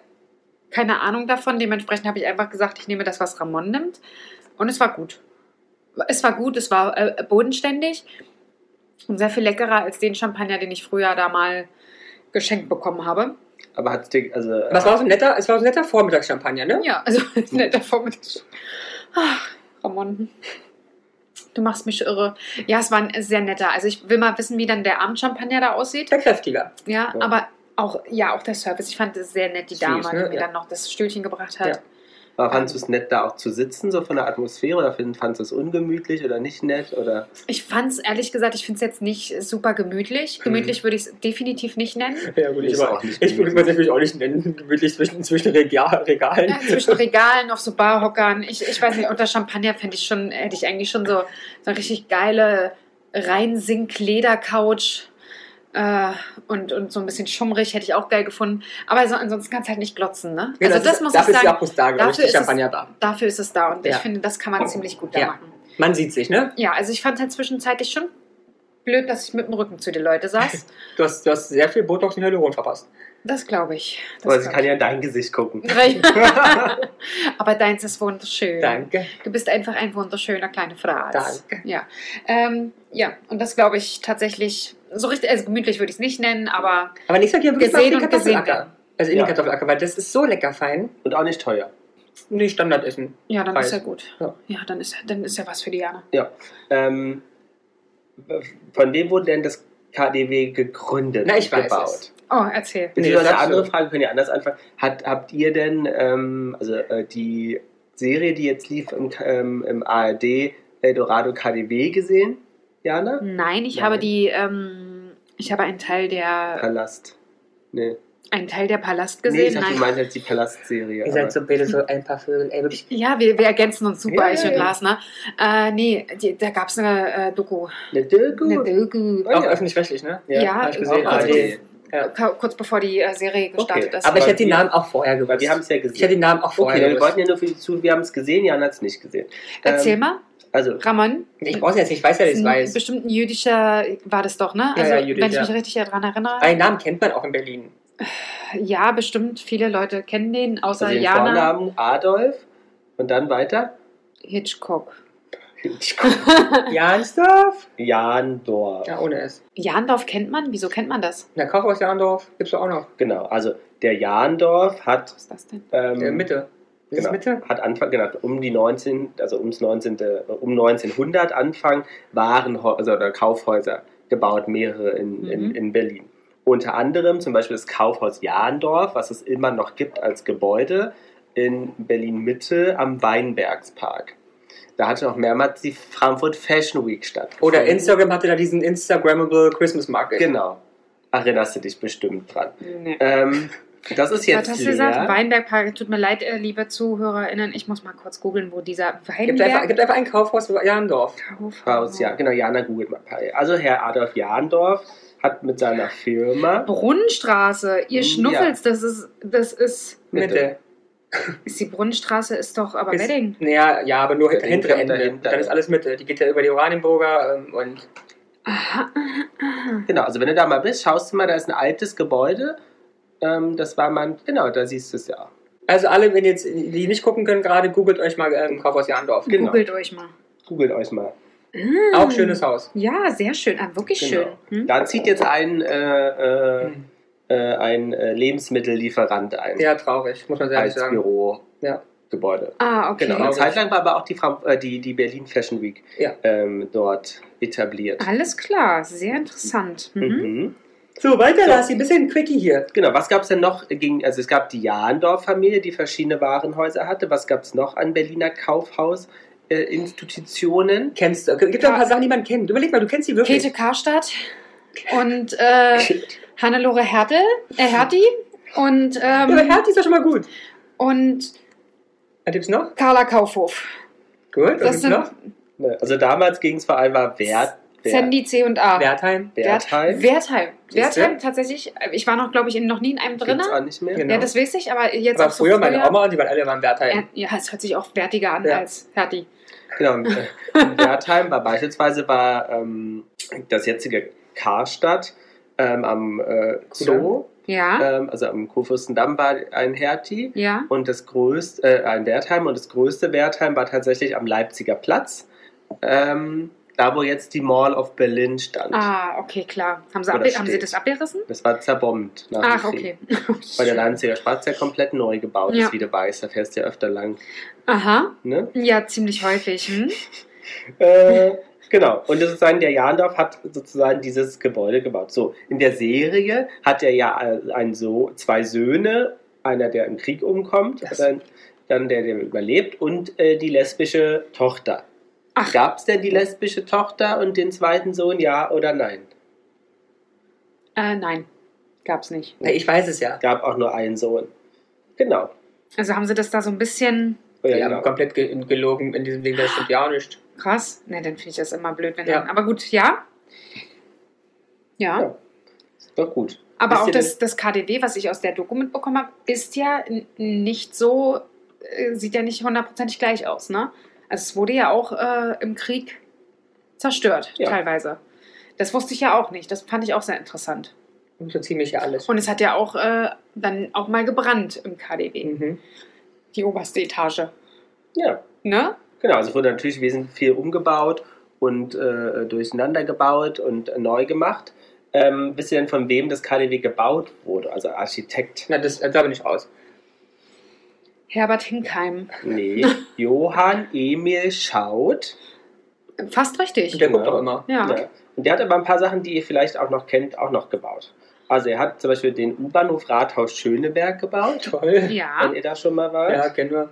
Speaker 2: keine Ahnung davon. Dementsprechend habe ich einfach gesagt, ich nehme das, was Ramon nimmt. Und es war gut. Es war gut, es war äh, bodenständig und sehr viel leckerer als den Champagner, den ich früher da mal geschenkt bekommen habe.
Speaker 3: aber hat dir, also
Speaker 1: Was war so ein netter, es war so ein netter Vormittagschampagner, ne?
Speaker 2: Ja, also *laughs* netter Vormittag. Ach, Ramon. Du machst mich irre. Ja, es war ein sehr netter. Also ich will mal wissen, wie dann der Abendchampagner da aussieht.
Speaker 1: Der kräftiger.
Speaker 2: Ja,
Speaker 3: Ja.
Speaker 2: aber auch, ja, auch der Service. Ich fand es sehr nett, die
Speaker 1: Süß,
Speaker 2: Dame,
Speaker 1: ne?
Speaker 2: die mir
Speaker 1: Ja.
Speaker 2: dann noch das Stühlchen gebracht hat.
Speaker 3: Aber fandest du es nett, da auch zu sitzen, so von der Atmosphäre? Oder find- fandest du es ungemütlich oder nicht nett? Oder
Speaker 2: Ich fand's ehrlich gesagt, ich find's jetzt nicht super gemütlich.
Speaker 1: Hm.
Speaker 2: Gemütlich würde ich es definitiv nicht nennen.
Speaker 1: Ja, gut, ich,
Speaker 3: Ist
Speaker 1: war,
Speaker 3: auch nicht
Speaker 1: ich würde
Speaker 3: gemütlich.
Speaker 1: mich natürlich auch nicht nennen, gemütlich zwischen, zwischen Regal, Regalen.
Speaker 2: Ja,
Speaker 1: *laughs*
Speaker 2: zwischen Regalen auf so Barhockern. Ich, ich weiß nicht, unter Champagner fände ich schon, hätte ich eigentlich schon so, so eine richtig geile Reinsink-Ledercouch. Äh, und, und so ein bisschen schummrig hätte ich auch geil gefunden. Aber so, ansonsten kannst du halt nicht glotzen, ne?
Speaker 1: Ja,
Speaker 2: also das,
Speaker 1: Genau, ist-
Speaker 2: muss ich
Speaker 1: dafür ist
Speaker 2: sagen.
Speaker 1: ja auch da, glaube ich,
Speaker 2: dafür
Speaker 1: die
Speaker 2: ist es-
Speaker 1: Champagnerbar.
Speaker 2: Dafür ist es da und
Speaker 1: Ja.
Speaker 2: ich finde, das kann man ziemlich gut da
Speaker 1: Ja.
Speaker 2: machen.
Speaker 1: Man sieht sich, ne?
Speaker 2: Ja, also ich fand halt zwischenzeitlich schon blöd, dass ich mit dem Rücken zu den
Speaker 1: *laughs*
Speaker 2: Leuten saß.
Speaker 1: Du hast, du hast sehr viel Botox und Hyaluron verpasst.
Speaker 2: Das glaube ich.
Speaker 3: aber
Speaker 2: Das
Speaker 3: sie
Speaker 2: glaub
Speaker 3: kann ja in dein Gesicht gucken.
Speaker 2: ich. *laughs* Aber
Speaker 1: *laughs*
Speaker 2: deins ist wunderschön.
Speaker 1: Danke.
Speaker 2: Du bist einfach ein wunderschöner kleiner Fratz.
Speaker 1: Danke.
Speaker 2: Ja. Ähm, ja, und das glaube ich tatsächlich, so richtig, also gemütlich würde ich es nicht nennen, aber
Speaker 1: Aber nächstes Mal gehen wir wirklich mal auf
Speaker 2: Gesehen
Speaker 1: den
Speaker 2: und gesehen
Speaker 1: Kartoffelacker. Also in
Speaker 3: Ja.
Speaker 1: den Kartoffelacker, weil das ist so lecker fein.
Speaker 3: Und auch nicht teuer.
Speaker 1: Nee, Standardessen.
Speaker 2: ja, dann ist
Speaker 1: Weiß.
Speaker 2: ja gut.
Speaker 1: Ja.
Speaker 2: Ja, dann, ist, dann ist ja was für die Jana.
Speaker 3: Ähm, von wem wurde denn das KDW gegründet?
Speaker 1: Na, ich
Speaker 3: und
Speaker 1: weiß
Speaker 3: gebaut?
Speaker 1: es.
Speaker 2: Oh, erzähl.
Speaker 1: Nee,
Speaker 3: Nee,
Speaker 1: das
Speaker 3: eine
Speaker 1: ist
Speaker 3: andere
Speaker 1: so.
Speaker 3: Frage können wir anders anfangen. Hat, habt ihr denn, ähm, also äh, die Serie, die jetzt lief im, K- ähm, im ARD Eldorado KDW gesehen, Jana?
Speaker 2: Nein, ich
Speaker 3: Nein.
Speaker 2: habe die, ähm, ich habe einen Teil der,
Speaker 3: Äh, Palast. Nee,
Speaker 2: einen Teil der Palast
Speaker 3: nee ich
Speaker 2: gesehen.
Speaker 3: dachte, du
Speaker 2: Nein.
Speaker 3: meinst jetzt die Palast-Serie.
Speaker 1: Ihr
Speaker 3: aber-
Speaker 1: seid so bitte so ein paar Vögel. Ey, wirklich.
Speaker 2: Ja, wir, wir ergänzen uns super,
Speaker 3: Ja,
Speaker 2: ich
Speaker 3: ja,
Speaker 2: und
Speaker 3: ja.
Speaker 2: Lars, ne? Äh, nee, die, da gab es eine äh, Doku.
Speaker 3: Eine Doku.
Speaker 2: Eine Doku.
Speaker 3: Oh,
Speaker 1: Auch
Speaker 3: ja.
Speaker 1: öffentlich-rechtlich, ne?
Speaker 2: Ja, äh,
Speaker 1: hab ich gesehen,
Speaker 2: kurz,
Speaker 1: ARD.
Speaker 2: bevor- kurz bevor die äh, Serie gestartet
Speaker 3: Ah, Okay,
Speaker 2: ist.
Speaker 1: Aber ich hätte den
Speaker 3: wir-
Speaker 1: Namen auch vorher
Speaker 3: Weil
Speaker 1: gewusst.
Speaker 3: wir haben es ja
Speaker 1: ich hätte
Speaker 3: gesehen.
Speaker 1: den Namen auch vorher
Speaker 3: Okay, wir
Speaker 1: gewusst.
Speaker 3: wollten ja nur für die zu, wir haben es gesehen, Jana hat es nicht gesehen.
Speaker 2: Erzähl
Speaker 3: Ähm,
Speaker 2: mal,
Speaker 3: Also,
Speaker 2: Ramon.
Speaker 1: Ich brauche es jetzt nicht, ich weiß ja, dass ich
Speaker 2: Ist
Speaker 1: es
Speaker 2: ein-
Speaker 1: weiß.
Speaker 2: Bestimmt ein jüdischer war das doch, ne?
Speaker 1: Ja,
Speaker 2: Also,
Speaker 1: ja, jüdisch,
Speaker 2: wenn ich
Speaker 1: ja.
Speaker 2: mich richtig daran erinnere.
Speaker 1: Einen Namen kennt man auch in
Speaker 2: *laughs*
Speaker 1: Berlin.
Speaker 2: Ja, bestimmt. Viele Leute kennen den, außer
Speaker 3: also den
Speaker 2: Jana
Speaker 3: Vornamen Adolf und dann weiter
Speaker 2: Hitchcock.
Speaker 1: *laughs* Jahnsdorf?
Speaker 3: Jandor.
Speaker 1: Ja, ohne es.
Speaker 2: Jandorf kennt man? Wieso kennt man das?
Speaker 1: Und der Koch aus Jahndorf gibt es auch noch.
Speaker 3: Genau, also der Jandorf hat
Speaker 2: Was ist das denn?
Speaker 3: ähm,
Speaker 1: Äh, Mitte. Ist
Speaker 3: Genau.
Speaker 1: es Mitte?
Speaker 3: Hat Anfang, genau, um die 19, also ums 19, äh, um 1900 Anfang Warenhäuser oder Kaufhäuser gebaut, mehrere in, in,
Speaker 2: Mhm.
Speaker 3: in Berlin. Unter anderem zum Beispiel das Kaufhaus Jahndorf, was es immer noch gibt als Gebäude in Berlin-Mitte am Weinbergspark. Da hatte auch mehrmals die Frankfurt Fashion Week stattgefunden.
Speaker 1: Oder Instagram hatte da diesen Instagrammable Christmas Market.
Speaker 3: Genau. Erinnerst du dich bestimmt dran.
Speaker 2: Nee.
Speaker 3: Ähm, das ist
Speaker 2: Was
Speaker 3: jetzt
Speaker 2: hast du gesagt?
Speaker 3: leer.
Speaker 2: Weinbergpark. Tut mir leid, äh, liebe ZuhörerInnen. Ich muss mal kurz googeln, wo dieser
Speaker 1: Gibt einfach,
Speaker 2: Weinberg...
Speaker 1: gibt einfach ein Kaufhaus Jahndorf.
Speaker 3: Kaufhaus, ja, genau, Jana googelt mal. Also Herr Adolf Jahndorf hat mit seiner Firma
Speaker 2: Brunnenstraße. Ihr
Speaker 3: Hm, Ja.
Speaker 2: Schnuffels, das ist... Das ist...
Speaker 3: Mitte.
Speaker 1: Mitte.
Speaker 2: Ist die Brunnenstraße ist doch aber
Speaker 1: Ist-
Speaker 2: Wedding.
Speaker 1: Naja, ja, aber nur
Speaker 3: Berlin
Speaker 1: hintere
Speaker 3: kommt
Speaker 1: Ende.
Speaker 3: dahinter,
Speaker 1: Dann ist
Speaker 3: ja.
Speaker 1: alles Mitte. Die geht ja über die Oranienburger ähm, und
Speaker 2: Aha.
Speaker 3: Genau, also wenn du da mal bist, schaust du mal, da ist ein altes Gebäude. Ähm, das war man, genau, da siehst du es ja.
Speaker 1: also alle, wenn jetzt die nicht gucken können gerade, googelt euch mal ähm, Kaufhaus Jahndorf.
Speaker 3: Genau.
Speaker 2: Googelt euch mal.
Speaker 3: Googelt euch mal.
Speaker 1: Auch schönes Haus.
Speaker 2: Ja, sehr schön. Ah, wirklich
Speaker 3: Genau.
Speaker 2: schön. Hm?
Speaker 3: Da zieht jetzt ein, äh, äh,
Speaker 1: Hm.
Speaker 3: äh, ein äh, Lebensmittellieferant ein.
Speaker 1: Ja, traurig, muss man sehr ehrlich
Speaker 3: als
Speaker 1: sagen.
Speaker 3: Bürogebäude.
Speaker 1: Ja.
Speaker 2: Ah, okay.
Speaker 3: Genau. Eine
Speaker 1: Traurig.
Speaker 3: Zeit lang war aber auch die, Fram- äh, die, die Berlin Fashion Week
Speaker 1: Ja. Ah,
Speaker 3: ähm, dort etabliert.
Speaker 2: Alles klar, sehr interessant. Mhm.
Speaker 3: Mhm.
Speaker 1: So, weiter,
Speaker 3: So.
Speaker 1: Lassi, bisschen quickie hier.
Speaker 3: Genau, was gab es denn noch? Gegen, also es gab die Jahndorf-Familie, die verschiedene Warenhäuser hatte. Was gab es noch an Berliner Kaufhausinstitutionen?
Speaker 1: Kennst du? Gibt ja ein paar Sachen, die man kennt. Überleg mal, du kennst die wirklich.
Speaker 2: Käthe Karstadt und äh,
Speaker 1: *laughs*
Speaker 2: Hannelore Hertel, äh, Hertie und,
Speaker 1: Ja, aber
Speaker 2: ähm,
Speaker 1: Hertie ist ja schon mal gut.
Speaker 2: und
Speaker 1: Was gibt's noch?
Speaker 2: Carla Kaufhof.
Speaker 1: Gut, was
Speaker 2: Das
Speaker 1: gibt's
Speaker 2: sind
Speaker 1: noch?
Speaker 3: Ne, Also damals ging es vor allem war Wert, Wert,
Speaker 2: Sandy C und A.
Speaker 1: Wertheim.
Speaker 3: Wertheim.
Speaker 2: Wertheim.
Speaker 1: Siehste?
Speaker 2: Wertheim tatsächlich. äh, Ich war noch, glaube ich, in- noch nie in einem
Speaker 3: Gibt's
Speaker 2: drinnen.
Speaker 3: auch nicht mehr.
Speaker 1: Genau.
Speaker 2: Ja, das weiß ich, aber jetzt
Speaker 1: Aber
Speaker 2: auch so
Speaker 1: früher meine Oma und die waren alle immer im
Speaker 2: Ja,
Speaker 1: Wertheim.
Speaker 2: ja, es hört sich auch wertiger an
Speaker 1: Ja.
Speaker 2: als Hertie.
Speaker 3: Genau. und, äh, In Wertheim war beispielsweise war, ähm, das jetzige Karstadt ähm, am äh, Zoo,
Speaker 2: Ja,
Speaker 3: ähm, also am Kurfürstendamm war ein Hertie.
Speaker 2: ja.
Speaker 3: und das größte, äh, ein Wertheim und das größte Wertheim war tatsächlich am Leipziger Platz, ähm, da wo jetzt die Mall of Berlin stand.
Speaker 2: Ah, okay, klar. Haben sie,
Speaker 3: Oder
Speaker 2: abge- haben sie
Speaker 3: steht.
Speaker 2: das abgerissen?
Speaker 3: Das war zerbombt nach
Speaker 2: Ach,
Speaker 3: dem Krieg.
Speaker 2: okay.
Speaker 3: Weil der Leipziger Platz ja komplett neu gebaut
Speaker 2: Ja.
Speaker 3: ist, wie du weißt, da fährst du ja öfter lang.
Speaker 2: Aha.
Speaker 3: Ne?
Speaker 2: Ja, ziemlich häufig. Hm?
Speaker 3: Äh, genau, und sozusagen der Jahndorf hat sozusagen dieses Gebäude gebaut. So, in der Serie äh, hat er ja ein so zwei Söhne, einer, der im Krieg umkommt,
Speaker 1: Das-
Speaker 3: oder, dann der, der überlebt, und äh, die lesbische Tochter.
Speaker 2: Ach.
Speaker 3: Gab es denn die lesbische Tochter und den zweiten Sohn, ja oder nein?
Speaker 2: Äh, nein, gab's nicht.
Speaker 1: Na, ich weiß es ja.
Speaker 3: Gab auch nur einen Sohn. Genau.
Speaker 2: Also haben sie das da so ein bisschen
Speaker 1: Die
Speaker 3: Ja,
Speaker 1: haben
Speaker 3: genau.
Speaker 1: komplett ge gelogen in diesem Ding, das stimmt ja auch nicht.
Speaker 2: krass. Ne, dann finde ich das immer blöd, wenn
Speaker 1: Ja.
Speaker 2: dann. Aber gut, ja. Ja.
Speaker 3: Ja. Ist doch gut.
Speaker 2: Aber
Speaker 3: Wisst
Speaker 2: auch
Speaker 3: ihr
Speaker 2: das, das KDD, was ich aus der Doku mitbekommen habe, ist ja n- nicht so, äh, sieht ja nicht hundertprozentig gleich aus, ne? Also es wurde ja auch äh, im Krieg zerstört,
Speaker 3: Ja.
Speaker 2: teilweise. Das wusste ich ja auch nicht. Das fand ich auch sehr interessant.
Speaker 1: Und so ziemlich ja alles.
Speaker 2: Und es hat ja auch äh, dann auch mal gebrannt im KDW,
Speaker 1: Mhm.
Speaker 2: die oberste Etage.
Speaker 3: Ja.
Speaker 2: Ne?
Speaker 3: Genau, also es wurde natürlich wesentlich viel umgebaut und äh, durcheinander gebaut und äh, neu gemacht. Ähm, wisst ihr denn, von wem das KDW gebaut wurde? Also Architekt?
Speaker 1: Na, das äh, glaube ich nicht aus.
Speaker 2: Herbert Hinkheim.
Speaker 3: Nee. Johann Emil Schaut.
Speaker 2: Fast richtig.
Speaker 1: Und der
Speaker 3: Genau.
Speaker 1: guckt doch immer.
Speaker 2: Ja.
Speaker 3: Ja. Und der hat aber ein paar Sachen, die ihr vielleicht auch noch kennt, auch noch gebaut. Also er hat zum Beispiel den U-Bahnhof Rathaus Schöneberg gebaut,
Speaker 1: Toll.
Speaker 2: ja.
Speaker 3: wenn ihr da schon mal wart.
Speaker 1: Ja, kennen wir.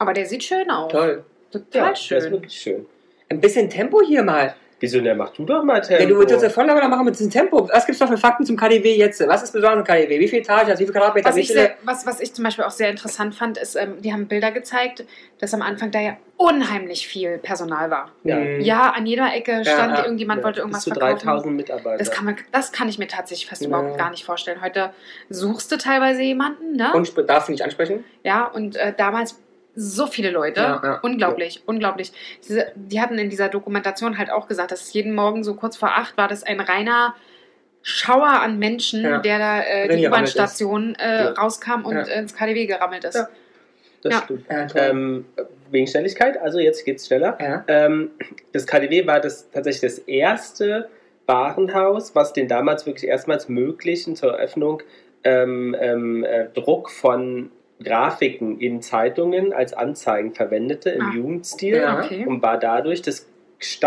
Speaker 2: Aber der sieht schön aus.
Speaker 1: Toll.
Speaker 3: Ja,
Speaker 2: Total
Speaker 3: Das ist
Speaker 2: schön.
Speaker 3: wirklich schön.
Speaker 1: Ein bisschen Tempo hier mal. Tempo.
Speaker 3: Wieso denn? Mach du doch mal Oh. Tempo.
Speaker 1: Wenn du willst, voll aber machen mit diesem Tempo. Was gibt's noch für Fakten zum KDW jetzt? Was ist besonders am KDW? Wie viele Etagen, wie viele Quadratmeter?
Speaker 2: Was
Speaker 1: wie
Speaker 2: ich,
Speaker 1: viele-
Speaker 2: sehr, was, was ich zum Beispiel auch sehr interessant fand, ist, ähm, die haben Bilder gezeigt, dass am Anfang da ja unheimlich viel Personal war.
Speaker 3: Ja.
Speaker 1: Mhm.
Speaker 2: Ja, an jeder Ecke stand
Speaker 1: ja.
Speaker 2: irgendjemand, wollte irgendwas
Speaker 3: Bis zu
Speaker 2: verkaufen.
Speaker 3: 3000 Mitarbeiter.
Speaker 2: Das kann, man, das kann ich mir tatsächlich fast
Speaker 1: Ja.
Speaker 2: überhaupt gar nicht vorstellen. Heute suchst du teilweise jemanden, ne?
Speaker 1: Und sp- darfst du nicht ansprechen?
Speaker 2: ja, und äh, damals so viele Leute.
Speaker 1: Ja, ja.
Speaker 2: unglaublich, unglaublich. Diese, die hatten in dieser Dokumentation halt auch gesagt, dass es jeden Morgen so kurz vor acht war, dass ein reiner Schauer an Menschen,
Speaker 1: Ja.
Speaker 2: der da äh, die
Speaker 1: Reingerammelt
Speaker 2: U-Bahn-Station äh,
Speaker 3: Ja.
Speaker 2: rauskam und
Speaker 1: Ja.
Speaker 2: ins KDW gerammelt ist.
Speaker 3: Ja. Das
Speaker 2: ja.
Speaker 3: stimmt.
Speaker 1: Ja, toll.
Speaker 3: Ähm, wegen Schnelligkeit, also jetzt geht's schneller.
Speaker 1: ja.
Speaker 3: Ähm, das KDW war das, tatsächlich das erste Warenhaus, was den damals wirklich erstmals möglichen zur Eröffnung ähm, ähm, äh, Druck von Grafiken in Zeitungen als Anzeigen verwendete im
Speaker 2: Ah.
Speaker 3: Jugendstil
Speaker 1: Ja.
Speaker 2: Okay.
Speaker 3: und war dadurch das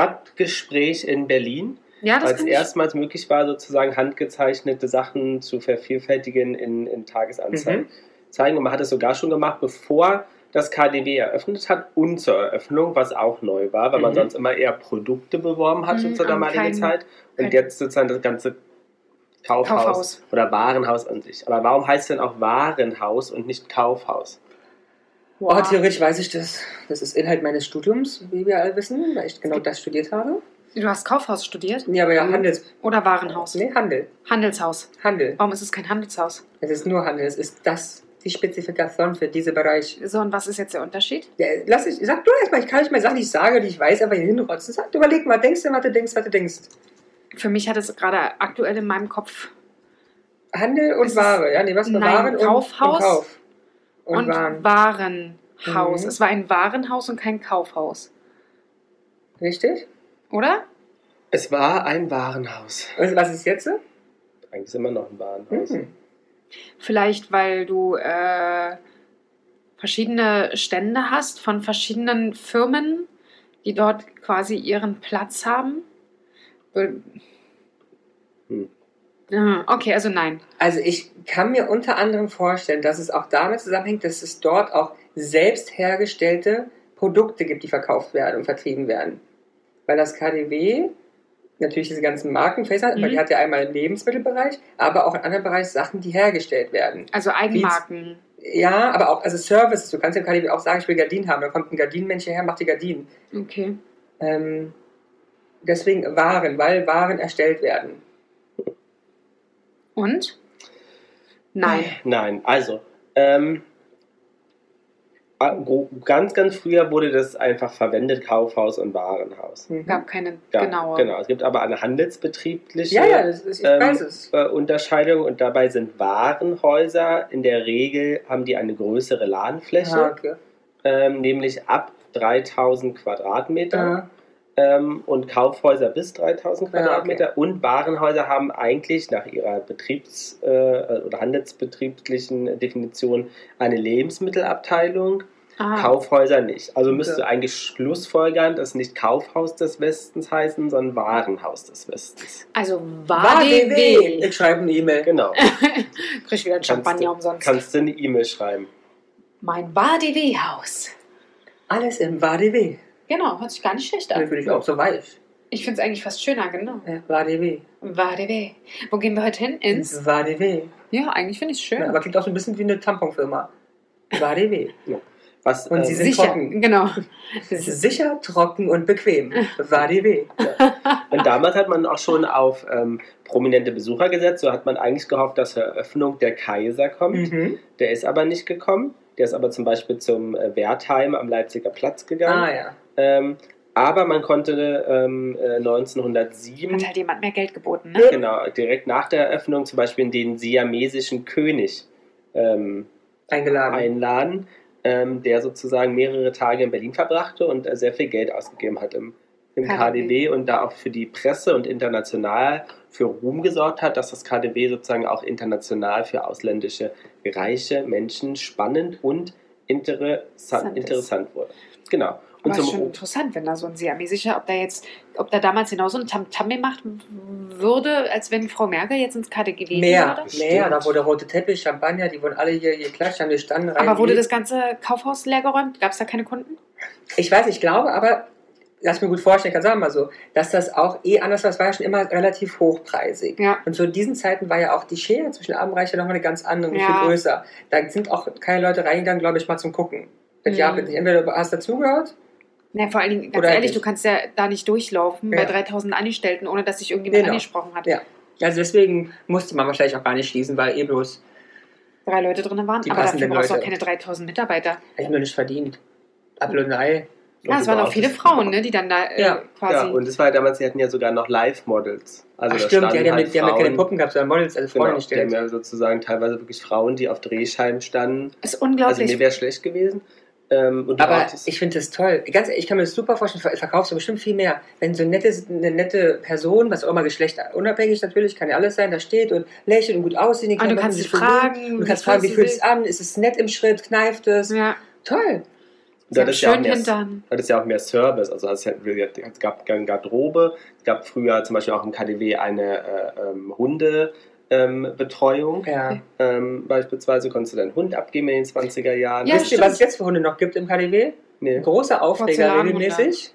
Speaker 3: Stadtgespräch in Berlin,
Speaker 2: Ja, das
Speaker 3: als
Speaker 2: kann ich.
Speaker 3: erstmals möglich war, sozusagen handgezeichnete Sachen zu vervielfältigen in, in Tagesanzeigen
Speaker 1: Mhm.
Speaker 3: zeigen. Und man hat es sogar schon gemacht, bevor das KDW eröffnet hat und zur Eröffnung, was auch neu war, weil man
Speaker 1: Mhm.
Speaker 3: sonst immer eher Produkte beworben hatte
Speaker 2: Mhm,
Speaker 3: zur
Speaker 2: aber
Speaker 3: damaligen
Speaker 2: kein-
Speaker 3: Zeit.
Speaker 2: kein-
Speaker 3: Und jetzt sozusagen das ganze Kaufhaus,
Speaker 2: Kaufhaus.
Speaker 3: oder Warenhaus an sich. Aber warum heißt es denn auch Warenhaus und nicht Kaufhaus?
Speaker 1: Oh,
Speaker 2: Wow.
Speaker 1: theoretisch weiß ich das. Das ist Inhalt meines Studiums, wie wir alle wissen, weil ich genau das studiert habe.
Speaker 2: Du hast Kaufhaus studiert
Speaker 1: Ja, aber ja,
Speaker 3: Mhm.
Speaker 1: Handels.
Speaker 2: oder Warenhaus?
Speaker 1: Nee, Handel.
Speaker 2: Handelshaus.
Speaker 1: Handel.
Speaker 2: Warum ist es kein Handelshaus?
Speaker 1: Es ist nur Handel. Es ist das, die Spezifikation für diesen Bereich.
Speaker 2: So, und was ist jetzt der Unterschied?
Speaker 1: Ja, lass ich, sag du erstmal, ich kann nicht mehr Sachen, die ich sage, die ich weiß, einfach hier hinrotzen. Sag, überleg mal, denkst du, was du denkst, was du denkst.
Speaker 2: Für mich hat es gerade aktuell in meinem Kopf
Speaker 1: Handel und
Speaker 2: Es ist-
Speaker 1: Ware, ja, nee, was für
Speaker 2: nein,
Speaker 1: Waren
Speaker 2: Kaufhaus
Speaker 1: und, und Kauf. Und,
Speaker 2: und,
Speaker 1: Waren.
Speaker 2: Warenhaus.
Speaker 1: Mhm.
Speaker 2: Es war ein Warenhaus und kein Kaufhaus,
Speaker 1: Richtig?
Speaker 2: oder?
Speaker 3: Es war ein Warenhaus.
Speaker 1: Und was ist jetzt?
Speaker 3: Eigentlich ist es immer noch ein Warenhaus.
Speaker 2: Mhm.
Speaker 1: Hm.
Speaker 2: Vielleicht, weil du äh, verschiedene Stände hast von verschiedenen Firmen, die dort quasi ihren Platz haben. Be-
Speaker 3: Hm.
Speaker 2: Ah, Okay, also nein.
Speaker 1: Also ich kann mir unter anderem vorstellen, dass es auch damit zusammenhängt, dass es dort auch selbst hergestellte Produkte gibt, die verkauft werden und vertrieben werden. Weil das KDW natürlich diese ganzen Markenfässer hat, weil
Speaker 2: Mhm.
Speaker 1: die hat ja einmal im Lebensmittelbereich, aber auch in anderen Bereich Sachen, die hergestellt werden.
Speaker 2: Also Eigenmarken.
Speaker 1: Ja, aber auch, also Services, du kannst im KDW auch sagen, ich will Gardinen haben, dann kommt ein Gardinenmensch hierher, macht die Gardinen.
Speaker 2: Okay.
Speaker 1: Ähm, deswegen Waren, weil Waren erstellt werden.
Speaker 2: Und? Nein.
Speaker 3: Nein, also ähm, ah, gro- ganz, ganz früher wurde das einfach verwendet, Kaufhaus und Warenhaus.
Speaker 1: Mhm.
Speaker 2: Gab keine
Speaker 3: Ja,
Speaker 2: genaue.
Speaker 3: Genau, es gibt aber eine handelsbetriebliche
Speaker 1: Ja, ja, das ist, ich
Speaker 3: Ähm,
Speaker 1: weiß es.
Speaker 3: äh, Unterscheidung und dabei sind Warenhäuser in der Regel haben die eine größere
Speaker 1: Ah,
Speaker 3: Ladenfläche,
Speaker 1: okay.
Speaker 3: ähm, nämlich ab 3000 Quadratmeter
Speaker 1: Ah,
Speaker 3: ähm, und Kaufhäuser bis 3000
Speaker 1: Ja, Ah, okay.
Speaker 3: Quadratmeter und Warenhäuser haben eigentlich nach ihrer Betriebs- äh, oder handelsbetrieblichen Definition eine Lebensmittelabteilung,
Speaker 2: Ah,
Speaker 3: Kaufhäuser nicht. Also müsste
Speaker 1: Okay.
Speaker 3: eigentlich schlussfolgern, dass nicht Kaufhaus des Westens heißen, sondern Warenhaus des Westens.
Speaker 2: Also
Speaker 1: War DW. *laughs*
Speaker 2: WaDW.
Speaker 1: Ich schreibe eine E-Mail.
Speaker 3: Genau.
Speaker 2: Krieg ich wieder einen
Speaker 3: Kannst
Speaker 2: Champagner
Speaker 3: du-
Speaker 2: umsonst.
Speaker 3: Kannst du eine E-Mail schreiben?
Speaker 2: Mein Bar-DW-Haus.
Speaker 1: Alles im WDW.
Speaker 2: Genau, hört sich gar nicht schlecht
Speaker 1: Ja.
Speaker 2: an.
Speaker 1: Finde ich auch so weich.
Speaker 2: Ich finde es eigentlich fast schöner, genau.
Speaker 1: Ja, WDW.
Speaker 2: WDW. Wo gehen wir heute hin? Ins?
Speaker 1: WDW.
Speaker 2: Ja, eigentlich finde ich es schön.
Speaker 1: Ja, aber klingt auch so ein bisschen wie eine Tamponfirma. WDW.
Speaker 3: Was,
Speaker 1: Und
Speaker 3: ähm,
Speaker 1: sie sind
Speaker 2: Sicher,
Speaker 1: trocken. *laughs*
Speaker 2: genau.
Speaker 1: Sicher, trocken und bequem. WDW.
Speaker 2: *laughs*
Speaker 3: Und damals hat man auch schon auf ähm, prominente Besucher gesetzt. So hat man eigentlich gehofft, dass zur Eröffnung der Kaiser kommt.
Speaker 1: Mhm.
Speaker 3: Der ist aber nicht gekommen. Der ist aber zum Beispiel zum äh, Wertheim am Leipziger Platz
Speaker 1: Ah
Speaker 3: gegangen.
Speaker 1: ja.
Speaker 3: Ähm, aber man konnte ähm, äh, 1907,
Speaker 2: Hat halt jemand mehr Geld geboten, ne?
Speaker 3: genau, direkt nach der Eröffnung zum Beispiel den siamesischen König ähm,
Speaker 1: Eingeladen.
Speaker 3: einladen, ähm, der sozusagen mehrere Tage in Berlin verbrachte und äh, sehr viel Geld ausgegeben hat im, im
Speaker 2: KDW.
Speaker 3: KDW und da auch für die Presse und international für Ruhm gesorgt hat, dass das KDW sozusagen auch international für ausländische reiche Menschen spannend und
Speaker 2: Interessant
Speaker 3: interessant,
Speaker 2: ist.
Speaker 3: interessant wurde. Genau. Und
Speaker 2: Aber ist schon
Speaker 3: zum
Speaker 2: interessant, wenn da so ein siamesischer, ob da jetzt, ob da damals genauso ein Tamtam gemacht würde, als wenn Frau Merkel jetzt ins KDGW
Speaker 1: Mehr,
Speaker 2: würde.
Speaker 1: mehr. Da wurde rote Teppich, Champagner, die wurden alle hier geklatscht, haben gestanden. Rein
Speaker 2: Aber wurde das ganze Kaufhaus leergeräumt? Gab es da keine Kunden?
Speaker 1: Ich weiß, ich glaube, aber lass mir gut vorstellen, kann sagen wir mal so, dass das auch eh anders war. Es war ja schon immer relativ hochpreisig.
Speaker 2: Ja.
Speaker 1: Und zu diesen Zeiten war ja auch die Schere zwischen Arm und Reich ja nochmal eine ganz andere, und
Speaker 2: Ja.
Speaker 1: viel größer. Da sind auch keine Leute reingegangen, glaube ich, mal zum Gucken. Das
Speaker 2: Mhm.
Speaker 1: Jahr bin ich entweder du hast dazugehört.
Speaker 2: Na, vor allen Dingen, ganz
Speaker 1: Oder
Speaker 2: ehrlich,
Speaker 1: nicht.
Speaker 2: du kannst ja da nicht durchlaufen bei
Speaker 1: Ja.
Speaker 2: 3000 Angestellten, ohne dass sich irgendjemand
Speaker 1: Genau.
Speaker 2: angesprochen hat.
Speaker 1: Ja. Also deswegen musste man wahrscheinlich auch gar nicht schließen, weil eh bloß,
Speaker 2: Drei Leute drin waren,
Speaker 1: Die
Speaker 2: aber dafür
Speaker 1: passenden
Speaker 2: brauchst du auch
Speaker 1: Leute.
Speaker 2: keine 3000 Mitarbeiter.
Speaker 1: ich habe noch nicht verdient. Ablönerei.
Speaker 2: Ja, es waren auch
Speaker 3: überhaupt
Speaker 2: viele
Speaker 3: das-
Speaker 2: Frauen, ne, die dann da äh,
Speaker 1: Ja,
Speaker 2: quasi.
Speaker 3: Ja, und es war ja damals, sie hatten ja sogar noch Live-Models. Also
Speaker 1: Ach
Speaker 3: da
Speaker 1: stimmt, ja,
Speaker 3: standen
Speaker 1: die haben
Speaker 3: halt
Speaker 1: ja- die haben ja keine
Speaker 3: Frauen-
Speaker 1: Puppen gehabt, sondern Models, also Freunde
Speaker 3: Genau, die haben
Speaker 1: gestellt.
Speaker 3: ja sozusagen teilweise wirklich Frauen, die auf Drehscheiben standen.
Speaker 2: ist
Speaker 3: Also
Speaker 2: unglaublich.
Speaker 3: mir wäre schlecht gewesen. Ähm, und du
Speaker 1: Aber
Speaker 3: brauchtest-
Speaker 1: ich finde das toll. Ganz ehrlich, ich kann mir das super vorstellen, ver- verkaufst du bestimmt viel mehr. Wenn so ein nettes, eine nette Person, was auch immer Geschlecht unabhängig natürlich, kann ja alles sein, da steht und lächelt und gut aussehen. die
Speaker 2: und Ah, du
Speaker 1: Klamotten
Speaker 2: kannst
Speaker 1: sich
Speaker 2: dich
Speaker 1: bewegen.
Speaker 2: fragen,
Speaker 1: Du kannst fragen, wie fühlt es
Speaker 2: sich
Speaker 1: an? Ist es nett im Schritt? Kneift es?
Speaker 2: Ja,
Speaker 1: Toll.
Speaker 3: du
Speaker 2: ja
Speaker 3: hattest ja auch
Speaker 2: schön
Speaker 3: mehr,
Speaker 2: hintern.
Speaker 3: hattest ja auch mehr Service. Also hast ja, wie gesagt, es gab keine Garderobe, es gab früher zum Beispiel auch im KDW eine äh, ähm, Hunde. Ähm, Betreuung.
Speaker 1: Ja.
Speaker 3: Ähm, beispielsweise konntest du deinen Hund abgeben in den 20er Jahren.
Speaker 2: Ja,
Speaker 1: Wisst ihr,
Speaker 2: stimmt.
Speaker 1: was es jetzt für Hunde noch gibt im KDW?
Speaker 3: Nee.
Speaker 1: Ein großer Aufreger
Speaker 2: Porzellanhunde.
Speaker 1: regelmäßig.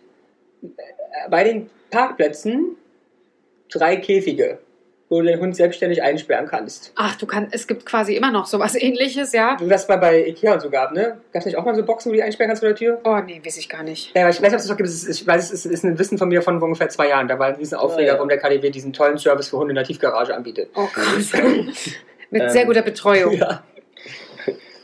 Speaker 1: Äh, Bei den Parkplätzen drei Käfige, wo du den Hund selbstständig einsperren kannst.
Speaker 2: Ach, du kannst, es gibt quasi immer noch sowas *laughs* ähnliches, ja?
Speaker 1: Du das mal bei Ikea und so gab, ne? Gab es nicht auch mal so Boxen, wo du die einsperren kannst vor der Tür?
Speaker 2: Oh, nee, weiß ich gar nicht.
Speaker 1: Ja, aber ich weiß, nicht, ob es das noch gibt. Es ist- Ich weiß, es ist ein Wissen von mir von ungefähr zwei Jahren. Da war ein riesen Aufreger,
Speaker 3: Ja, ja.
Speaker 1: warum der KDW diesen tollen Service für Hunde in der Tiefgarage anbietet.
Speaker 2: Oh, krass.
Speaker 3: *laughs*
Speaker 2: Mit sehr
Speaker 3: Ähm,
Speaker 2: guter Betreuung.
Speaker 1: Ja.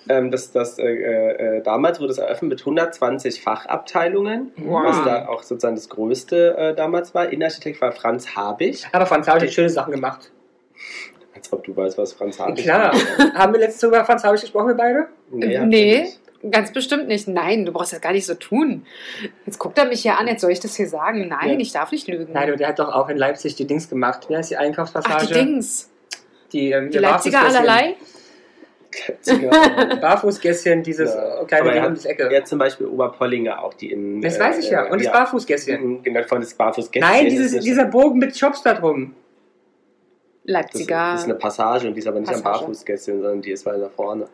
Speaker 3: Ähm, das, das, äh, äh, damals wurde es eröffnet mit 120 Fachabteilungen,
Speaker 2: Wow.
Speaker 3: was da auch sozusagen das Größte äh, damals war. Innenarchitekt war Franz Habich.
Speaker 1: Aber Franz Habisch hat schöne Sachen gemacht.
Speaker 3: Als ob du weißt, was Franz Habich
Speaker 1: Klar.
Speaker 3: war.
Speaker 1: Haben wir letztens über Franz Habisch gesprochen, wir beide?
Speaker 3: Nee.
Speaker 2: Äh, Nee.
Speaker 3: natürlich.
Speaker 2: Ganz bestimmt nicht. Nein, du brauchst das gar nicht so tun. Jetzt guckt er mich hier an, jetzt soll ich das hier sagen. Nein,
Speaker 3: Ja.
Speaker 2: ich darf nicht lügen.
Speaker 1: Nein, und der hat doch auch in Leipzig die Dings gemacht. Wie heißt die
Speaker 2: Ach,
Speaker 1: Einkaufspassage?
Speaker 2: die Dings.
Speaker 1: Die, ähm,
Speaker 2: Die
Speaker 1: hier
Speaker 2: Leipziger
Speaker 1: Barfußgässchen.
Speaker 2: allerlei?
Speaker 3: Genau.
Speaker 1: Barfußgässchen, dieses
Speaker 3: Ja.
Speaker 1: äh, kleine
Speaker 3: Aber
Speaker 1: Ding
Speaker 3: er
Speaker 1: um
Speaker 3: hat-
Speaker 1: die Ecke.
Speaker 3: Ja, zum Beispiel Oberpollinger auch die in. äh,
Speaker 1: Das weiß ich ja. Und das
Speaker 3: war
Speaker 1: Barfußgässchen.
Speaker 3: Genau, von das Barfußgässchen.
Speaker 1: Nein,
Speaker 3: ist
Speaker 1: dieses,
Speaker 3: nicht-
Speaker 1: dieser Bogen mit Shops da drum.
Speaker 3: Das ist,
Speaker 2: Leipziger.
Speaker 3: das ist eine Passage und die ist aber nicht
Speaker 2: Passage.
Speaker 3: am Barfußgässchen, sondern die ist weiter da vorne.